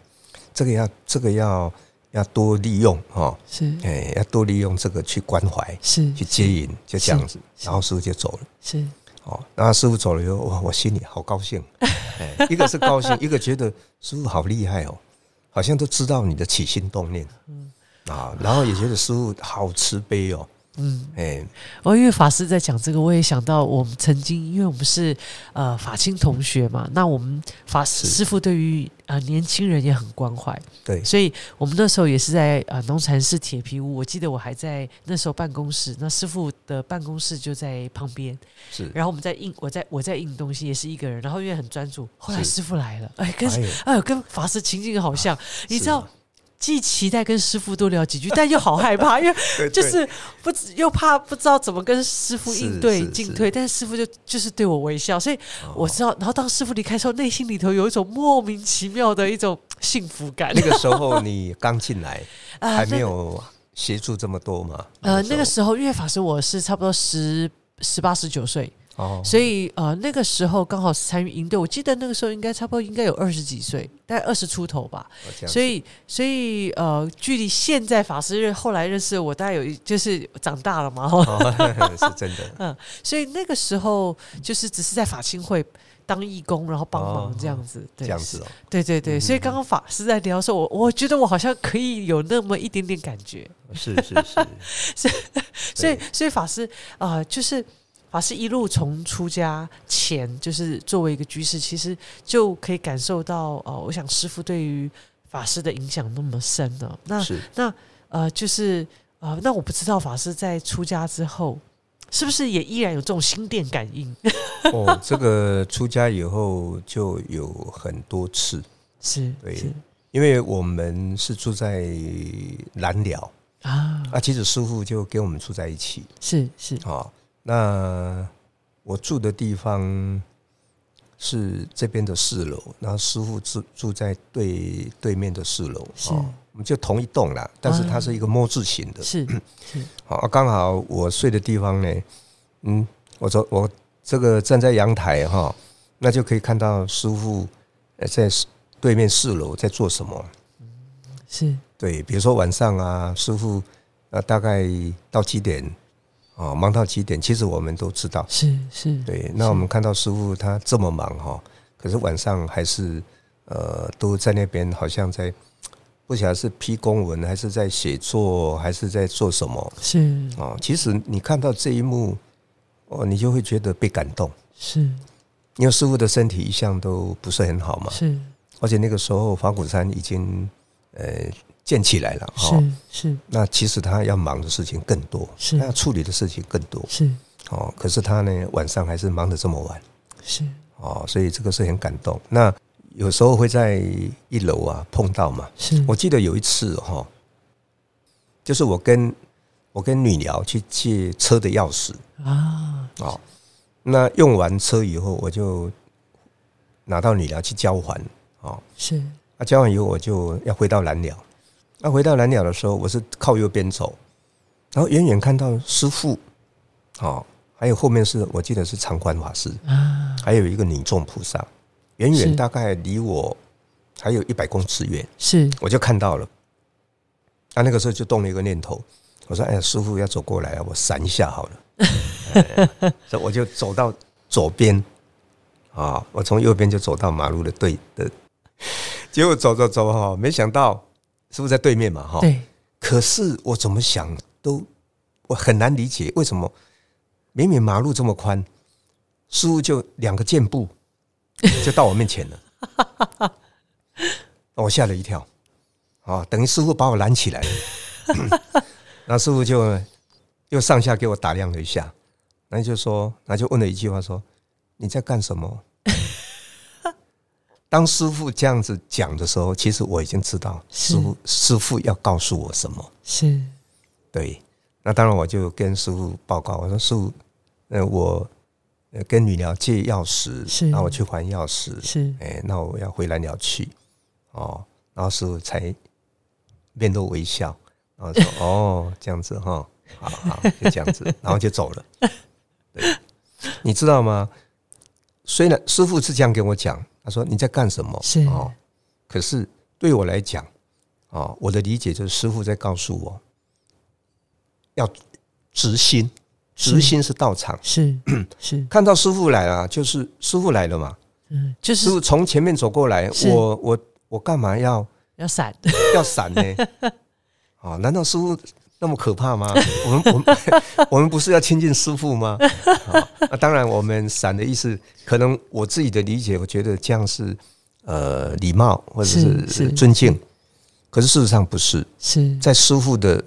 Speaker 2: 这个要这个要要多利用哦，
Speaker 1: 是
Speaker 2: 哎、要多利用这个去关怀，
Speaker 1: 是
Speaker 2: 去接
Speaker 1: 嗯
Speaker 2: 引，就这样子。然后师傅就走了。
Speaker 1: 是
Speaker 2: 哦，那师傅走了以后，哇，我心里好高兴， 哎， 一个是高兴，一个觉得师傅好厉害哦，好像都知道你的起心动念，啊，然后也觉得师傅好慈悲哦，
Speaker 1: 嗯。
Speaker 2: 哎，
Speaker 1: 哦，因为法师在讲这个，我也想到我们曾经，因为我们是呃法清同学嘛，那我们法师
Speaker 2: 是嗯
Speaker 1: 师傅对于呃年轻人也很关怀，
Speaker 2: 对，
Speaker 1: 所以我们那时候也是在呃农禅寺铁皮屋，我记得我还在那时候办公室，那师傅的办公室就在旁边，
Speaker 2: 是，
Speaker 1: 然后我们在印我在我在印东西也是一个人，然后因为很专注，后来
Speaker 2: 是
Speaker 1: 师傅来了，哎，跟
Speaker 2: 哎呦啊
Speaker 1: 哎呦跟法师情景好像，你
Speaker 2: 是
Speaker 1: 知道。既期待跟师傅多聊几句，但又好害怕，因为
Speaker 2: 对
Speaker 1: 就是不知又怕不知道怎么跟师傅
Speaker 2: 是
Speaker 1: 应对
Speaker 2: 是
Speaker 1: 进
Speaker 2: 是哦
Speaker 1: 退，但是师傅就就是对我微笑，所以我知道。然后当师傅离开之后，内心里头有一种莫名其妙的一种幸福感
Speaker 2: 那个时候你刚进来，
Speaker 1: 啊
Speaker 2: 还没
Speaker 1: 那
Speaker 2: 有协助这么多嘛，
Speaker 1: 呃，那个
Speaker 2: 时
Speaker 1: 时候因为法师我是差不多十十八十九岁，
Speaker 2: 候哦，
Speaker 1: 所以呃那个时候刚好是参与营队，我记得那个时候应该差不多应该有二十几岁，大概二十出头吧。
Speaker 2: 哦这样
Speaker 1: 所以，所以，呃，距离现在法师认后来认识的我，大概有一就是长大了嘛，哈、
Speaker 2: 哦 是真的，
Speaker 1: 所以那个时候就是只是在法青会当义工，然后帮忙
Speaker 2: 哦
Speaker 1: 这样子，
Speaker 2: 这
Speaker 1: 对，
Speaker 2: 样子哦，
Speaker 1: 对对对。所以刚刚法师在聊的时候，我我觉得我好像可以有那么一点点感觉，
Speaker 2: 是是 是，
Speaker 1: 所以
Speaker 2: 对
Speaker 1: 所以法师啊、呃就是法师一路从出家前，就是作为一个居士，其实就可以感受到，呃，我想师傅对于法师的影响那么深呢、那
Speaker 2: 是。
Speaker 1: 呃，就是啊、呃那我不知道法师在出家之后。是不是也依然有这种心电感应？
Speaker 2: 哦，这个出家以后就有很多次，
Speaker 1: 是，
Speaker 2: 对
Speaker 1: 是
Speaker 2: 因为我们是住在南寮
Speaker 1: 啊，
Speaker 2: 啊，其实师傅就跟我们住在一起
Speaker 1: 是是
Speaker 2: 哦。那我住的地方是这边的四楼，然后师傅住住在对对面的四楼
Speaker 1: 是啊
Speaker 2: 哦，我们就同一栋啦，但是它是一个摸字形的，
Speaker 1: 是
Speaker 2: 好，刚好我睡的地方呢，嗯，我走我这个站在阳台哈、那就可以看到师傅呃在对面四楼在做什么。
Speaker 1: 是
Speaker 2: 对，比如说晚上啊，师傅呃大概到几点啊、哦忙到几点，其实我们都知道。
Speaker 1: 是是，
Speaker 2: 对，那我们看到师傅他这么忙哈、可是晚上还是呃都在那边，好像在不晓得是批公文，还是在写作，还是在做什么。
Speaker 1: 是
Speaker 2: 啊哦，其实你看到这一幕，哦，你就会觉得被感动
Speaker 1: 是
Speaker 2: 因为师傅的身体一向都不是很好嘛，
Speaker 1: 是
Speaker 2: 而且那个时候法鼓山已经呃建起来了哈、
Speaker 1: 是是
Speaker 2: 那其实他要忙的事情更多，
Speaker 1: 是
Speaker 2: 他要处理的事情更多
Speaker 1: 是
Speaker 2: 哦。可是他呢，晚上还是忙得这么晚
Speaker 1: 是
Speaker 2: 哦，所以这个是很感动。那有时候会在一楼啊碰到嘛，
Speaker 1: 是，
Speaker 2: 我记得有一次哈、哦，就是我跟我跟女聊去借车的钥匙
Speaker 1: 啊
Speaker 2: 哦，那用完车以后，我就拿到女聊去交还哦。
Speaker 1: 是
Speaker 2: 那交完以后，我就要回到蓝鸟。那回到蓝鸟的时候，我是靠右边走，然后远远看到师傅，哦，还有后面是我记得是长宽法师，
Speaker 1: 啊
Speaker 2: 还有一个女众菩萨，远
Speaker 1: 是
Speaker 2: 远大概离我还有一百公尺远，
Speaker 1: 是
Speaker 2: 我就看到了。啊那、那个时候就动了一个念头，我说：“哎呀，师傅要走过来啊，我闪一下好了。哎 所以我就走到左边，啊，我从右边就走到马路的对的，结果走走走哈，没想到师傅在对面嘛哈。
Speaker 1: 对
Speaker 2: 可是我怎么想都我很难理解，为什么明明马路这么宽，师傅就两个箭步就到我面前了，哦我吓了一跳，啊，等于师傅把我拦起来了，那师傅就又上下给我打量了一下，然后就说，然后就问了一句话说：“你在干什么？” 当师傅这样子讲的时候，其实我已经知道
Speaker 1: 是
Speaker 2: 师傅师傅要告诉我什么。
Speaker 1: 是
Speaker 2: 对，那当然我就跟师傅报告，我说师傅，呃，我呃跟女聊借钥
Speaker 1: 是
Speaker 2: 匙，那我去还钥匙，
Speaker 1: 是
Speaker 2: 哎、那我要回蓝鸟去，哦，然后师傅才面露微笑，然后说哦这样子哈，好好就这样子，然后就走了。对，你知道吗？虽然师傅是这样跟我讲，他说你在干什么？
Speaker 1: 是
Speaker 2: 哦，可是对我来讲，哦，我的理解就是师傅在告诉我要直心，直心是道场。
Speaker 1: 是是
Speaker 2: 看到师傅来了，啊就是师傅来了嘛。
Speaker 1: 嗯，就
Speaker 2: 师
Speaker 1: 是
Speaker 2: 傅从前面走过来，
Speaker 1: 是
Speaker 2: 我我我干嘛要
Speaker 1: 要闪
Speaker 2: 要闪呢？啊、难道师傅那么可怕吗？ 我们我们我们不是要亲近师傅吗？啊，那当然，我们闪的意思，可能我自己的理解，我觉得这样是呃礼貌或者
Speaker 1: 是
Speaker 2: 是
Speaker 1: 是
Speaker 2: 尊敬，可是事实上不是，
Speaker 1: 是
Speaker 2: 在师傅的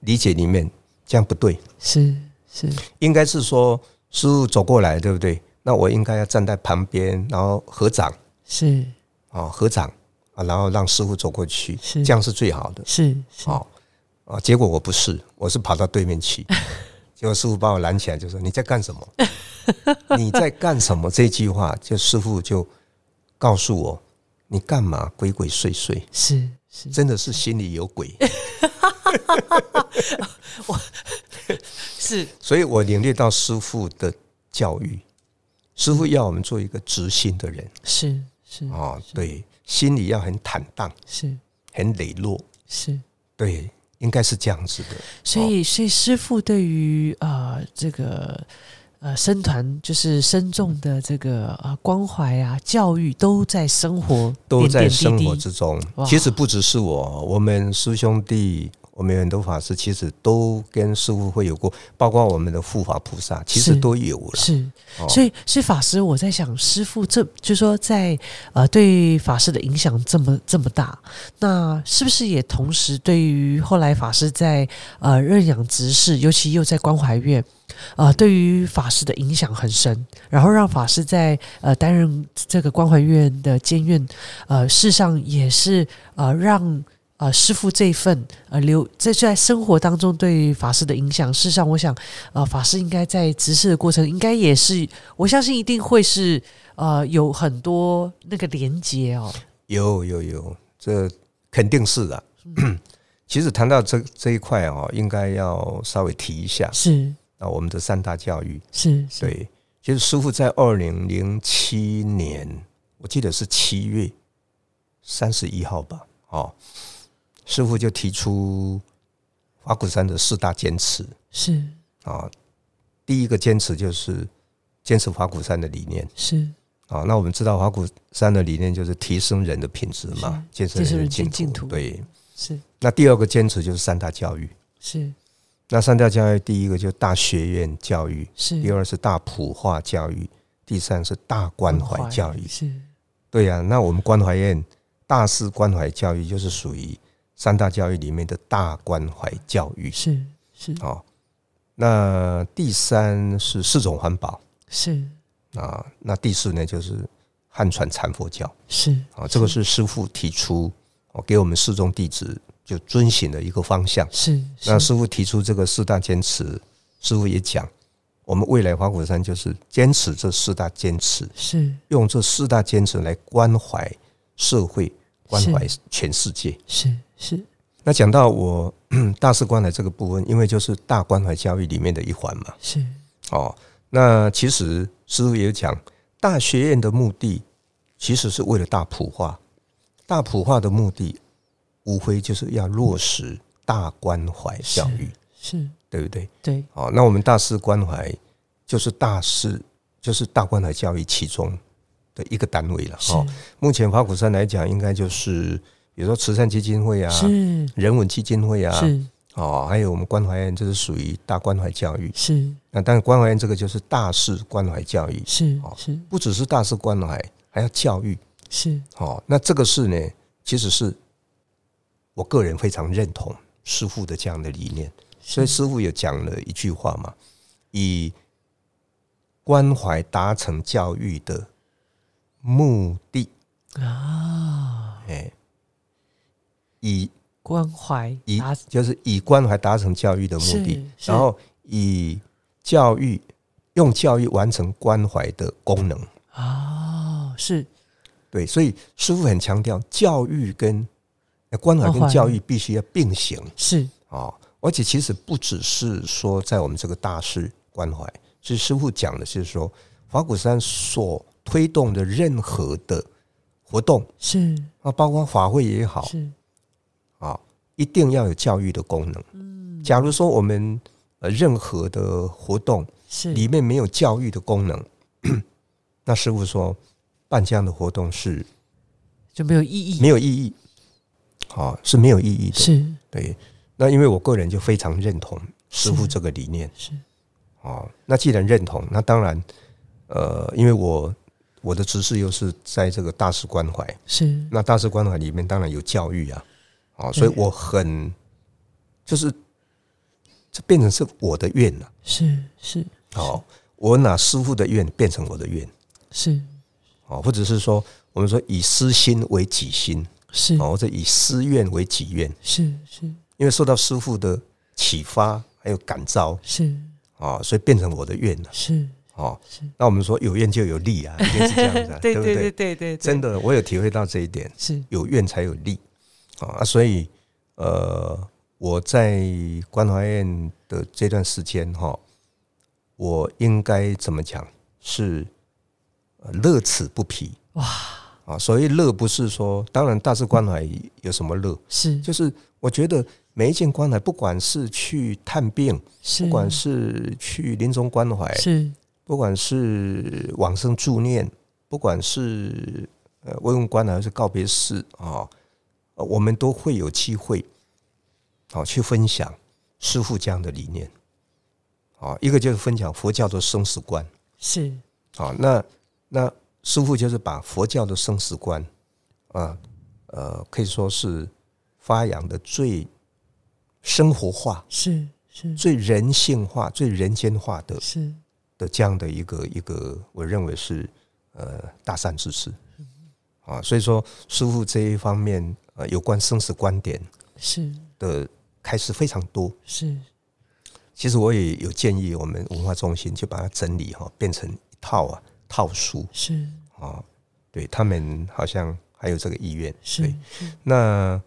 Speaker 2: 理解里面，这样不对，
Speaker 1: 是是
Speaker 2: 应该是说师傅走过来，对不对？那我应该要站在旁边，然后合掌。
Speaker 1: 是
Speaker 2: 啊，合掌啊，然后让师傅走过去，
Speaker 1: 是
Speaker 2: 这样是最好的。
Speaker 1: 是是
Speaker 2: 哦啊，结果我不是，我是跑到对 面去，结果师傅把我拦起来，就说你在干什么？ 你在干什么？这句话就师傅就告诉我，你干嘛鬼鬼祟祟？
Speaker 1: 是是，
Speaker 2: 真的是心里有 鬼，
Speaker 1: 是
Speaker 2: 所以我领略到师傅的教育，师傅要我们做一个直心的人
Speaker 1: 是嗯是
Speaker 2: 啊、哦，对，心里要很坦荡，
Speaker 1: 是
Speaker 2: 很磊落，
Speaker 1: 是，
Speaker 2: 对，应该是这样子的。
Speaker 1: 所以所以师傅对于啊、呃、这个呃僧团就是深重的这个啊、呃关怀啊教育都在生活
Speaker 2: 都
Speaker 1: 点
Speaker 2: 在
Speaker 1: 点滴
Speaker 2: 生活
Speaker 1: 滴
Speaker 2: 之中
Speaker 1: 哇。
Speaker 2: 其实不只是我，我们师兄弟，我们有很多法师，其实都跟师傅会有过，包括我们的护法菩萨，其实
Speaker 1: 是
Speaker 2: 都有了。
Speaker 1: 是，
Speaker 2: 哦
Speaker 1: 所以是法师，我在想，师傅这就说在呃对法师的影响这么这么大，那是不是也同时对于后来法师在呃认养执事，尤其又在关怀院，啊、对于法师的影响很深，然后让法师在呃担任这个关怀院的监院，呃，事实上也是呃让。呃，师傅这一份呃留在在生活当中对法师的影响，事实上，我想呃，法师应该在执事的过程，应该也是我相信一定会是呃有很多那个连接哦，
Speaker 2: 有有有，这肯定是的。
Speaker 1: 嗯
Speaker 2: 其实谈到这这一块哦，应该要稍微提一下
Speaker 1: 是
Speaker 2: 啊，我们的三大教育。
Speaker 1: 是是
Speaker 2: 对，其实师傅在二零零七年，我记得是七月三十一号吧，哦，师傅就提出花果山的四大坚持
Speaker 1: 是
Speaker 2: 啊、第一个坚持就是坚持花果山的理念
Speaker 1: 是
Speaker 2: 啊、那我们知道花果山的理念就是提升人的品质嘛，
Speaker 1: 是
Speaker 2: 建设
Speaker 1: 建设
Speaker 2: 人的
Speaker 1: 人间
Speaker 2: 净
Speaker 1: 净土
Speaker 2: 土。对，
Speaker 1: 是
Speaker 2: 那第二个坚持就是三大教育。
Speaker 1: 是
Speaker 2: 那三大教育，第一个就是大学院教育，
Speaker 1: 是
Speaker 2: 第二是大普化教育，第三是大关怀教育。
Speaker 1: 是
Speaker 2: 对呀、那我们关怀院大师关怀教育就是属于三大教育里面的大关怀教育
Speaker 1: 是是
Speaker 2: 哦。那第三是四种环保
Speaker 1: 是
Speaker 2: 啊，那第四呢就是汉传禅佛教
Speaker 1: 是
Speaker 2: 啊，这个是师父提出哦，给我们四众弟子就遵循的一个方向。
Speaker 1: 是
Speaker 2: 那
Speaker 1: 是
Speaker 2: 师傅提出这个四大坚持，师傅也讲，我们未来花果山就是坚持这四大坚持，
Speaker 1: 是
Speaker 2: 用这四大坚持来关怀社会，关怀全世界。
Speaker 1: 是是
Speaker 2: 那讲到我 大事关怀这个部分，因为就是大关怀教育里面的一环嘛。
Speaker 1: 是
Speaker 2: 哦，那其实师傅也讲，大学院的目的其实是为了大普化，大普化的目的无非就是要落实大关怀教育，
Speaker 1: 是，
Speaker 2: 对不对？
Speaker 1: 对
Speaker 2: 哦，那我们大师关怀就是大师，就是大关怀教育其中的一个单位了。
Speaker 1: 是
Speaker 2: 哦，目前花果山来讲，应该就是比如说慈善基金会啊、
Speaker 1: 是
Speaker 2: 人文基金会啊，
Speaker 1: 是
Speaker 2: 哦，还有我们关怀院，这是属于大关怀教育。
Speaker 1: 是
Speaker 2: 那当然，关怀院这个就是大师关怀教育，
Speaker 1: 是
Speaker 2: 哦
Speaker 1: 是
Speaker 2: 不只是大师关怀，还要教育。
Speaker 1: 是
Speaker 2: 哦，那这个是呢，其实是我个人非常认同师傅的这样的理念。所以师傅也讲了一句话嘛，以关怀达成教育的目的，
Speaker 1: 啊，
Speaker 2: 哎、以
Speaker 1: 关怀
Speaker 2: 以
Speaker 1: 达
Speaker 2: 就是以关怀达成教育的目的，
Speaker 1: 是是
Speaker 2: 然后以教育用教育完成关怀的功能。
Speaker 1: 啊，是
Speaker 2: 对，所以师傅很强调教育跟呃关怀
Speaker 1: 关
Speaker 2: 跟
Speaker 1: 怀
Speaker 2: 教育必须要并行
Speaker 1: 是
Speaker 2: 哦，而且其实不只是说在我们这个大师关怀，其实师傅讲的是说，法鼓山所推动的任何的活动
Speaker 1: 是
Speaker 2: 啊，包括法会也好
Speaker 1: 是
Speaker 2: 啊，一定要有教育的功能。嗯，假如说我们呃任何的活动
Speaker 1: 是
Speaker 2: 里面没有教育的功能， 那师傅说办这样的活动是
Speaker 1: 就没有意义，
Speaker 2: 没有意义，好、是没有意义的。
Speaker 1: 是
Speaker 2: 对，那因为我个人就非常认同师傅
Speaker 1: 是
Speaker 2: 这个理念
Speaker 1: 是
Speaker 2: 哦。那既然认同，那当然，呃，因为我我的职事又是在这个大师关怀，
Speaker 1: 是
Speaker 2: 那大师关怀里面当然有教育啊，哦，所以我很就是这变成是我的愿了、
Speaker 1: 是是
Speaker 2: 哦，我拿师傅的愿变成我的愿
Speaker 1: 是
Speaker 2: 哦，或者是说我们说以私心为己心
Speaker 1: 是
Speaker 2: 哦，或者以私愿为己愿。
Speaker 1: 是是
Speaker 2: 因为受到师傅的启发还有感召
Speaker 1: 是
Speaker 2: 啊、哦所以变成我的愿了
Speaker 1: 是，
Speaker 2: 哦
Speaker 1: 是。，
Speaker 2: 那我们说有愿就有力啊，一定是这样子、啊不
Speaker 1: 对对对，
Speaker 2: 真的，我有体会到这一点，
Speaker 1: 是
Speaker 2: 有愿才有力哦啊。所以呃，我在关怀院的这段时间哈、我应该怎么讲是呃乐此不疲
Speaker 1: 哇
Speaker 2: 啊。所谓乐，不是说当然大致关怀有什么乐，
Speaker 1: 是
Speaker 2: 就是我觉得每一件关怀，不管是去探病，
Speaker 1: 是
Speaker 2: 不管是去临终关怀，
Speaker 1: 是
Speaker 2: 不管是往生助念，不管是呃慰问关怀还是告别式啊、呃我们都会有机会，好、去分享师父这样的理念。啊、一个就是分享佛教的生死观，
Speaker 1: 是
Speaker 2: 啊、那那师父就是把佛教的生死观啊呃可以说是发扬的最生活化、
Speaker 1: 是是
Speaker 2: 最人性化、最人间化的
Speaker 1: 是
Speaker 2: 的这样的一个一个，我认为是呃大善之事啊。所以说，师父这一方面呃有关生死观点
Speaker 1: 是
Speaker 2: 的开始非常多。
Speaker 1: 是
Speaker 2: 其实我也有建议，我们文化中心就把它整理哈、变成一套啊套书
Speaker 1: 是
Speaker 2: 啊。对他们好像还有这个意愿。
Speaker 1: 是
Speaker 2: 对那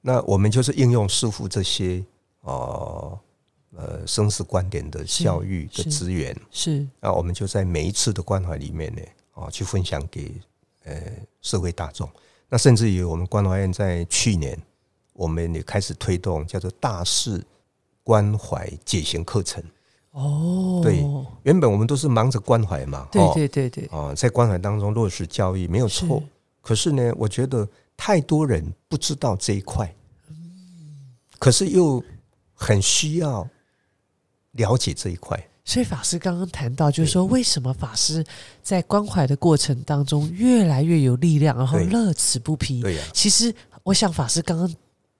Speaker 2: 那我们就是应用师父这些哦呃生死观点的
Speaker 1: 是
Speaker 2: 教育的
Speaker 1: 是
Speaker 2: 资源，
Speaker 1: 是
Speaker 2: 那啊我们就在每一次的关怀里面呢，啊、去分享给呃社会大众。那甚至于我们关怀院在去年，我们也开始推动叫做大事关怀解行课程。
Speaker 1: 哦，
Speaker 2: 对原本我们都是忙着关怀嘛，
Speaker 1: 对
Speaker 2: 哦
Speaker 1: 对对对，
Speaker 2: 啊、在关怀当中落实教育没有错
Speaker 1: 是。
Speaker 2: 可是呢，我觉得太多人不知道这一块，可是又很需要了解这一块。
Speaker 1: 所以法师刚刚谈到，就是说为什么法师在关怀的过程当中越来越有力量，然后
Speaker 2: 对
Speaker 1: 乐此不疲。
Speaker 2: 对呀、
Speaker 1: 其实我想法师刚刚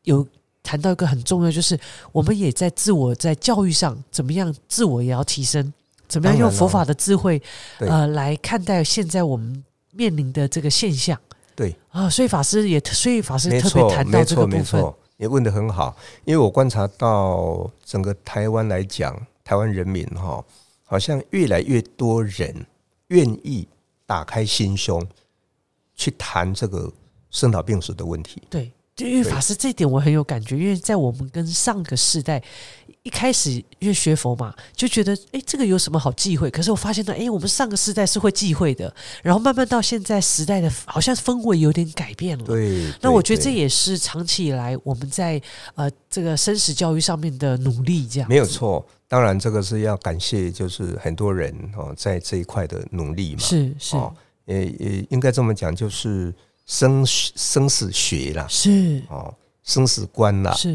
Speaker 1: 有谈到一个很重要，就是我们也在自我在教育上怎么样，自我也要提升，怎么样
Speaker 2: 当然
Speaker 1: 用
Speaker 2: 了
Speaker 1: 佛法的智慧
Speaker 2: 对
Speaker 1: 呃来看待现在我们面临的这个现象。
Speaker 2: 对
Speaker 1: 啊，所以法师也所以法师
Speaker 2: 没
Speaker 1: 特别
Speaker 2: 错，
Speaker 1: 谈到
Speaker 2: 没
Speaker 1: 这个
Speaker 2: 错，
Speaker 1: 部
Speaker 2: 没
Speaker 1: 分，
Speaker 2: 错，你问的很好，因为我观察到整个台湾来讲，台湾人民哈、好像越来越多人愿意打开心胸去谈这个生老病死的问题。
Speaker 1: 对。就因为
Speaker 2: 对
Speaker 1: 法师这一点我很有感觉，因为在我们跟上个世代一开始因为学佛嘛，就觉得诶这个有什么好忌讳？可是我发现到哎诶我们上个世代是会忌讳的，然后慢慢到现在时代的好像氛围有点改变了。
Speaker 2: 对，
Speaker 1: 那
Speaker 2: 对
Speaker 1: 我觉得这
Speaker 2: 对
Speaker 1: 也是长期以来我们在呃这个生死教育上面的努力，这样
Speaker 2: 没有错。当然，这个是要感谢，就是很多人哦，在这一块的努力嘛。
Speaker 1: 是是
Speaker 2: 哦，也也应该这么讲，就是生死生死学啦，
Speaker 1: 是
Speaker 2: 哦，生死观啦。
Speaker 1: 是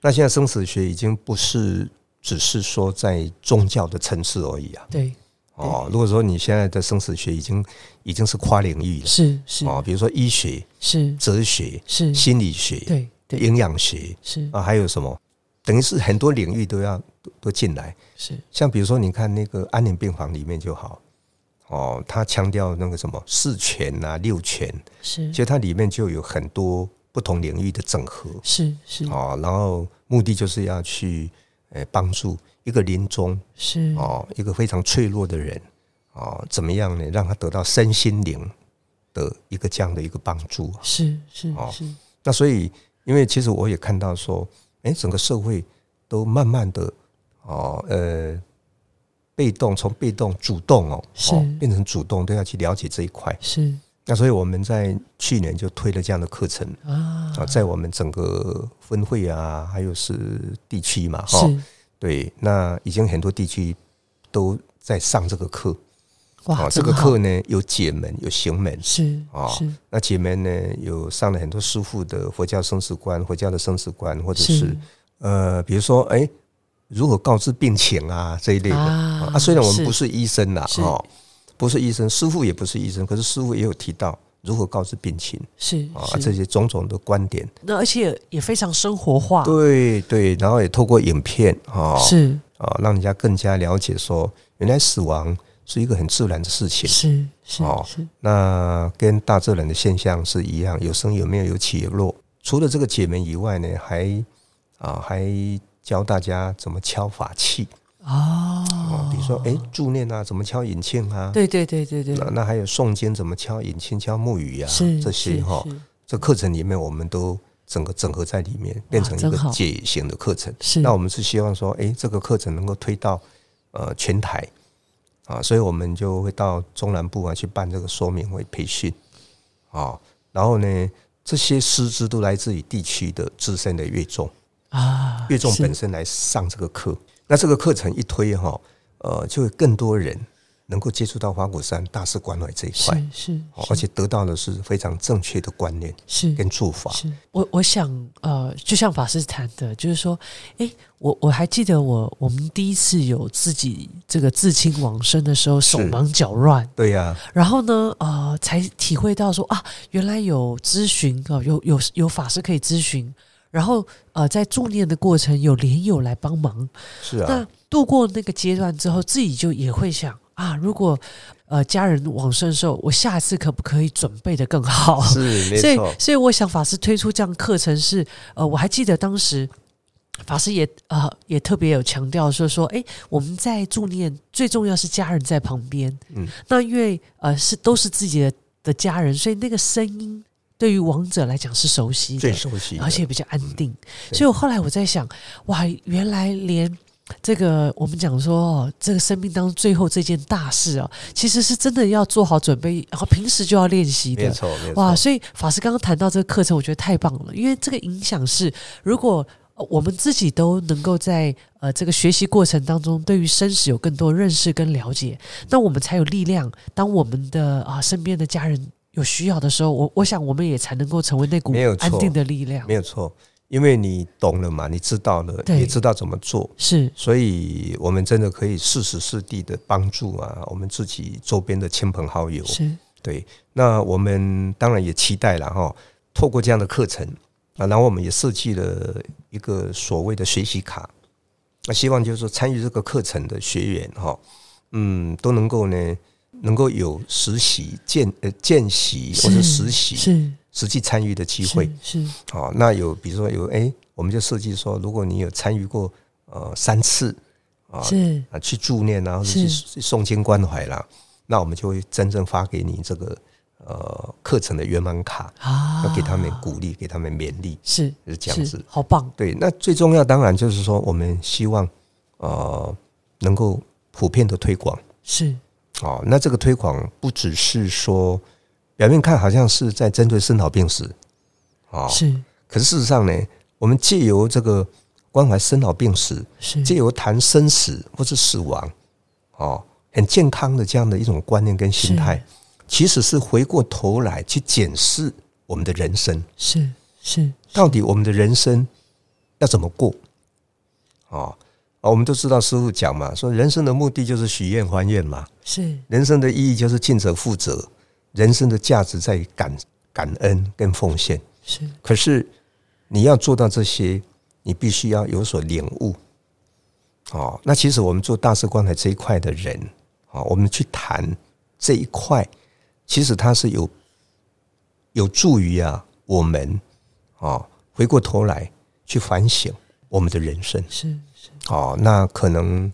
Speaker 2: 那现在生死学已经不是只是说在宗教的层次而已啊。
Speaker 1: 对
Speaker 2: 哦，如果说你现在的生死学已经已经是跨领域了，
Speaker 1: 是是
Speaker 2: 哦，比如说医学、
Speaker 1: 是
Speaker 2: 哲学、
Speaker 1: 是
Speaker 2: 心理学、
Speaker 1: 嗯对对
Speaker 2: 营养学
Speaker 1: 是
Speaker 2: 啊，还有什么？等于是很多领域都要都都进来。
Speaker 1: 是
Speaker 2: 像比如说，你看那个安宁病房里面就好，哦，他强调那个什么四权啊、六权，
Speaker 1: 是
Speaker 2: 其实它里面就有很多不同领域的整合。
Speaker 1: 是是
Speaker 2: 哦，然后目的就是要去呃帮助一个临终
Speaker 1: 是
Speaker 2: 哦，一个非常脆弱的人哦，怎么样呢？让他得到身心灵的一个这样的一个帮助。
Speaker 1: 是是
Speaker 2: 哦
Speaker 1: 是
Speaker 2: 那所以，因为其实我也看到说，哎，整个社会都慢慢的哦，呃，被动从被动主动哦，
Speaker 1: 是
Speaker 2: 哦变成主动，都要去了解这一块。
Speaker 1: 是
Speaker 2: 那所以我们在去年就推了这样的课程
Speaker 1: 啊
Speaker 2: 啊，在我们整个分会啊，还有是地区嘛，哈、
Speaker 1: 是
Speaker 2: 对，那已经很多地区都在上这个课啊、
Speaker 1: 哇，
Speaker 2: 这个
Speaker 1: 真好
Speaker 2: 课呢有解门，有行门。
Speaker 1: 是
Speaker 2: 哦
Speaker 1: 是
Speaker 2: 那解门呢有上了很多师傅的佛教生死观、佛教的生死观，或者是
Speaker 1: 是
Speaker 2: 呃，比如说哎、如何告知病情啊这一类的啊
Speaker 1: 啊
Speaker 2: 虽然我们不
Speaker 1: 是
Speaker 2: 是医生啦，
Speaker 1: 是
Speaker 2: 哦，不是医生，师傅也不是医生，可是师傅也有提到如何告知病情
Speaker 1: 是
Speaker 2: 啊
Speaker 1: 是
Speaker 2: 这些种种的观点。
Speaker 1: 那而且也非常生活化，
Speaker 2: 对对，然后也透过影片啊，
Speaker 1: 啊
Speaker 2: 哦
Speaker 1: 是
Speaker 2: 啊，让人家更加了解说，原来死亡是一个很自然的事情，
Speaker 1: 是是
Speaker 2: 哦
Speaker 1: 是
Speaker 2: 那跟大自然的现象是一样，有生有灭有起有落。除了这个解门以外呢，还啊还教大家怎么敲法器啊，
Speaker 1: 哦，
Speaker 2: 比如说哎助念啊，怎么敲引磬啊，
Speaker 1: 对对对对对
Speaker 2: 那，那还有诵经怎么敲引磬、敲木鱼啊
Speaker 1: 是
Speaker 2: 这些
Speaker 1: 是
Speaker 2: 哈，
Speaker 1: 是
Speaker 2: 这课程里面我们都整个整合在里面，变成一
Speaker 1: 真
Speaker 2: 个
Speaker 1: 好
Speaker 2: 解型的课程。
Speaker 1: 是
Speaker 2: 那我们是希望说，诶，这个课程能够推到呃全台啊，所以我们就会到中南部啊去办这个说明会培训啊，然后呢，这些师资都来自于地区的资深的乐众，
Speaker 1: 啊，
Speaker 2: 乐众
Speaker 1: 是
Speaker 2: 本身来上这个课。那这个课程一推哈、呃，就有更多人能够接触到花果山大师关怀这一块，
Speaker 1: 是是
Speaker 2: 哦而且得到的是非常正确的观念
Speaker 1: 是
Speaker 2: 跟做法。
Speaker 1: 是，我我想呃，就像法师谈的，就是说，诶，我我还记得我我们第一次有自己这个至亲往生的时候，手
Speaker 2: 是
Speaker 1: 忙脚乱，
Speaker 2: 对呀、
Speaker 1: 然后呢，呃，才体会到说啊，原来有咨询啊、有有有法师可以咨询，然后呃，在助念的过程有莲友来帮忙，
Speaker 2: 是啊
Speaker 1: 那，度过那个阶段之后，自己就也会想啊，如果呃家人往生的时候，我下次可不可以准备的更好？
Speaker 2: 是
Speaker 1: 所
Speaker 2: 没
Speaker 1: 以
Speaker 2: 错，，
Speaker 1: 所以我想法师推出这样课程是，呃，我还记得当时法师也呃也特别有强调说说，诶，我们在助念最重要是家人在旁边，
Speaker 2: 嗯，
Speaker 1: 那因为呃是都是自己的的家人，所以那个声音对于亡者来讲是熟悉的，
Speaker 2: 最熟悉的，嗯
Speaker 1: 而且比较安定。
Speaker 2: 对
Speaker 1: 所以我后来我在想，哇，原来连这个我们讲说哦，这个生命当中最后这件大事啊，其实是真的要做好准备，然后平时就要练习
Speaker 2: 没
Speaker 1: 的。
Speaker 2: 错，没错，
Speaker 1: 哇，所以法师刚刚谈到这个课程，我觉得太棒了，因为这个影响是，如果呃我们自己都能够在呃这个学习过程当中，对于生死有更多认识跟了解，那我们才有力量。当我们的啊、身边的家人有需要的时候，我我想我们也才能够成为那股
Speaker 2: 没有错
Speaker 1: 安定的力量
Speaker 2: 没。有错。因为你懂了嘛，你知道了，
Speaker 1: 对
Speaker 2: 也知道怎么做，
Speaker 1: 是
Speaker 2: 所以我们真的可以适时适地的帮助啊，我们自己周边的亲朋好友。
Speaker 1: 是，
Speaker 2: 对，那我们当然也期待了哈，透过这样的课程啊，然后我们也设计了一个所谓的学习卡，那希望就是说参与这个课程的学员哈，嗯，都能够呢，能够有实习见呃见习或者实习
Speaker 1: 是
Speaker 2: 实际参与的机会。
Speaker 1: 是是
Speaker 2: 好、哦那有比如说有哎，我们就设计说，如果你有参与过呃三次啊
Speaker 1: 是
Speaker 2: 啊去助念啊，或者去
Speaker 1: 是
Speaker 2: 去诵经关怀啦，那我们就会真正发给你这个呃课程的圆满卡，
Speaker 1: 啊，
Speaker 2: 要给他们鼓励，给他们勉励，
Speaker 1: 是
Speaker 2: 就是这样
Speaker 1: 是
Speaker 2: 子。
Speaker 1: 好棒，
Speaker 2: 对，那最重要当然就是说，我们希望呃能够普遍的推广。
Speaker 1: 是
Speaker 2: 哦，那这个推广不只是说表面看好像是在针对生老病死，哦，
Speaker 1: 是
Speaker 2: 可是事实上呢，我们借由这个关怀生老病死，
Speaker 1: 是
Speaker 2: 借由谈生死或是死亡，哦，很健康的这样的一种观念跟心态，其实是回过头来去检视我们的人生，
Speaker 1: 是是
Speaker 2: 到底我们的人生要怎么过？哦，啊，我们都知道师傅讲嘛，说人生的目的就是许愿还愿嘛，
Speaker 1: 是
Speaker 2: 人生的意义就是尽责负责，人生的价值在于感感恩跟奉献。
Speaker 1: 是
Speaker 2: 可是你要做到这些，你必须要有所领悟。哦，那其实我们做大事关怀这一块的人，啊、我们去谈这一块，其实它是有有助于啊我们啊、哦回过头来去反省我们的人生。
Speaker 1: 是是
Speaker 2: 哦，那可能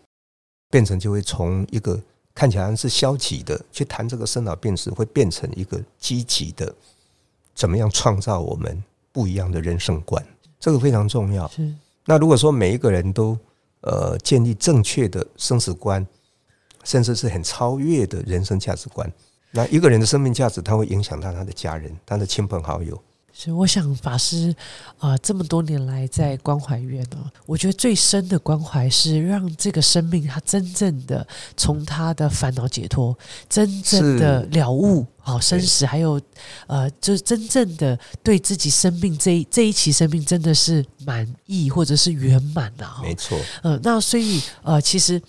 Speaker 2: 变成就会从一个看起来是消极的去谈这个生老病死，会变成一个积极的，怎么样创造我们不一样的人生观？这个非常重要。
Speaker 1: 是
Speaker 2: 那如果说每一个人都呃建立正确的生死观，甚至是很超越的人生价值观，那一个人的生命价值，它会影响到他的家人、他的亲朋好友。
Speaker 1: 是，我想法师啊、呃这么多年来在关怀院呢、我觉得最深的关怀是让这个生命它真正的从他的烦恼解脱，真正的了悟好、生死，还有呃，就是真正的对自己生命这一这一期生命真的是满意或者是圆满的、啊、
Speaker 2: 没错，
Speaker 1: 嗯，那所以呃，其实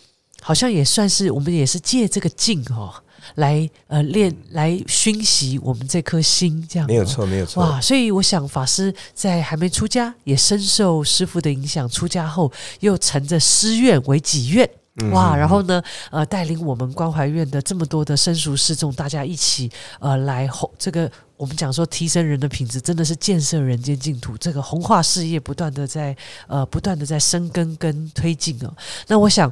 Speaker 1: 好像也算是我们也是借这个劲哦，来呃练来熏习我们这颗心，这样
Speaker 2: 嗯没有
Speaker 1: 哦。
Speaker 2: 错，没有错。
Speaker 1: 哇，所以我想法师在还没出家，也深受师父的影响，出家后又乘着师愿为己愿。
Speaker 2: 嗯
Speaker 1: 哇，然后呢，呃，带领我们关怀院的这么多的生熟示众，大家一起呃来弘这个，我们讲说提升人的品质，真的是建设人间净土，这个弘化事业不断的在呃不断的在生根跟推进哦。那我想。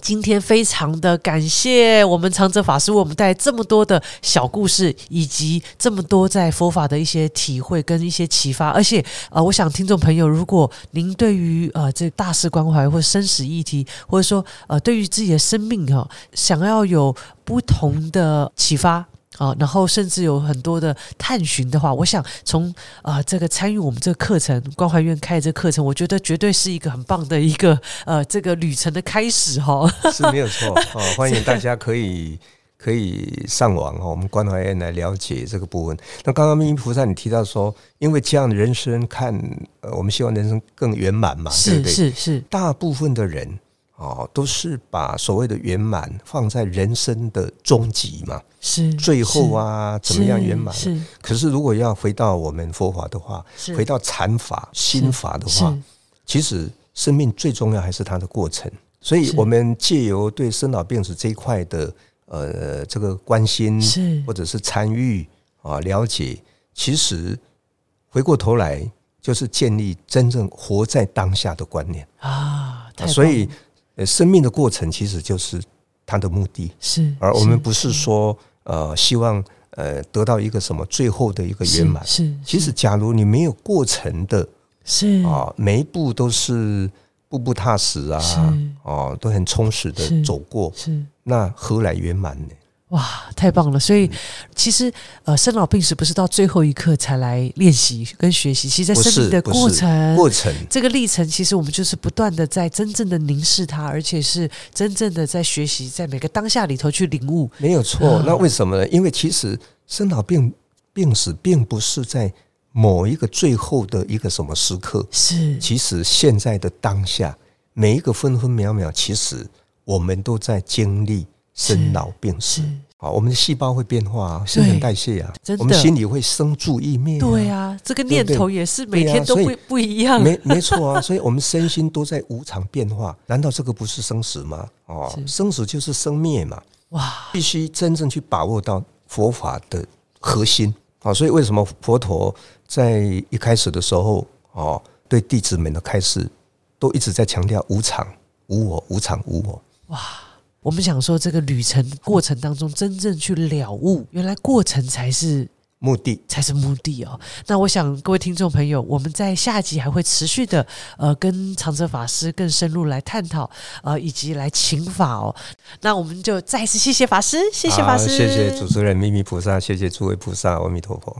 Speaker 1: 今天非常的感谢我们长泽法师，为我们带来这么多的小故事，以及这么多在佛法的一些体会跟一些启发。而且，呃，我想听众朋友，如果您对于呃这大事关怀或生死议题，或者说呃对于自己的生命哈、想要有不同的启发。啊，然后甚至有很多的探寻的话，我想从啊、呃这个参与我们这个课程，关怀院开的这个课程，我觉得绝对是一个很棒的一个呃这个旅程的开始哈、
Speaker 2: 是没有错 哦，欢迎大家可以可以上网哦，我们关怀院来了解这个部分。那刚刚密菩萨你提到说，因为这样的人生看，呃，我们希望人生更圆满嘛，啊对 不
Speaker 1: 是
Speaker 2: 对？
Speaker 1: 是是
Speaker 2: 大部分的人哦，都是把所谓的圆满放在人生的终极嘛，
Speaker 1: 是，
Speaker 2: 最后
Speaker 1: 是
Speaker 2: 啊，怎么样
Speaker 1: 嗯是
Speaker 2: 圆满？
Speaker 1: 是
Speaker 2: 可是如果要回到我们佛法的话，
Speaker 1: 是
Speaker 2: 回到禅法、心法的
Speaker 1: 是
Speaker 2: 话，嗯其实生命最重要还是它的过程。所以，
Speaker 1: 是
Speaker 2: 我们借由对生老病死这一块的呃这个关心，
Speaker 1: 是
Speaker 2: 或者是参与啊了解，其实回过头来就是建立真正活在当下的观念。
Speaker 1: 啊，
Speaker 2: 啊
Speaker 1: 太
Speaker 2: 所
Speaker 1: 棒
Speaker 2: 以
Speaker 1: 了，
Speaker 2: 呃，生命的过程其实就是它的目的，
Speaker 1: 是
Speaker 2: 而我们不是说呃希望呃得到一个什么最后的一个圆满。
Speaker 1: 是
Speaker 2: 其实，假如你没有过程的
Speaker 1: 是
Speaker 2: 啊，每一步都是步步踏实啊
Speaker 1: 是，
Speaker 2: 哦，都很充实
Speaker 1: 是
Speaker 2: 的走过，
Speaker 1: 是
Speaker 2: 那何来圆满呢？
Speaker 1: 哇，太棒了！所
Speaker 2: 嗯
Speaker 1: 以其实呃，生老病死不是到最后一刻才来练习跟学习，其实在
Speaker 2: 不
Speaker 1: 生命
Speaker 2: 是
Speaker 1: 的
Speaker 2: 不是
Speaker 1: 过程。
Speaker 2: 过程
Speaker 1: 这个历程，其实我们就是不断的在真正的凝视它，而且是真正的在学习，在每个当下里头去领悟。
Speaker 2: 没有
Speaker 1: 啊
Speaker 2: 错。那为什么呢？因为其实生老病病死并不是在某一个最后的一个什么时刻，
Speaker 1: 是
Speaker 2: 其实现在的当下，每一个分分秒秒，其实我们都在经历生老病死
Speaker 1: 是。，
Speaker 2: 好，我们的细胞会变化啊，新陈代谢啊
Speaker 1: 真，的
Speaker 2: 我们心里会生住意灭、
Speaker 1: 对啊，这个念头也是每天都不
Speaker 2: 对啊所以
Speaker 1: 不一样，
Speaker 2: 没没错啊，所以我们身心都在无常变化，难道这个不是生死吗？哦，
Speaker 1: 是
Speaker 2: 生死就是生灭嘛，
Speaker 1: 哇，
Speaker 2: 必须真正去把握到佛法的核心啊、哦。所以为什么佛陀在一开始的时候哦，对弟子们的开示都一直在强调无常、无我、无常、无我。
Speaker 1: 我们想说这个旅程过程当中，真正去了悟，原来过程才是
Speaker 2: 目的
Speaker 1: 才是目的哦。那我想各位听众朋友，我们在下集还会持续的呃跟长泽法师更深入来探讨，呃以及来请法哦。那我们就再次谢谢法师，谢谢法
Speaker 2: 好
Speaker 1: 师，
Speaker 2: 谢谢主持人、秘密菩萨，谢谢诸位菩萨，阿弥陀佛。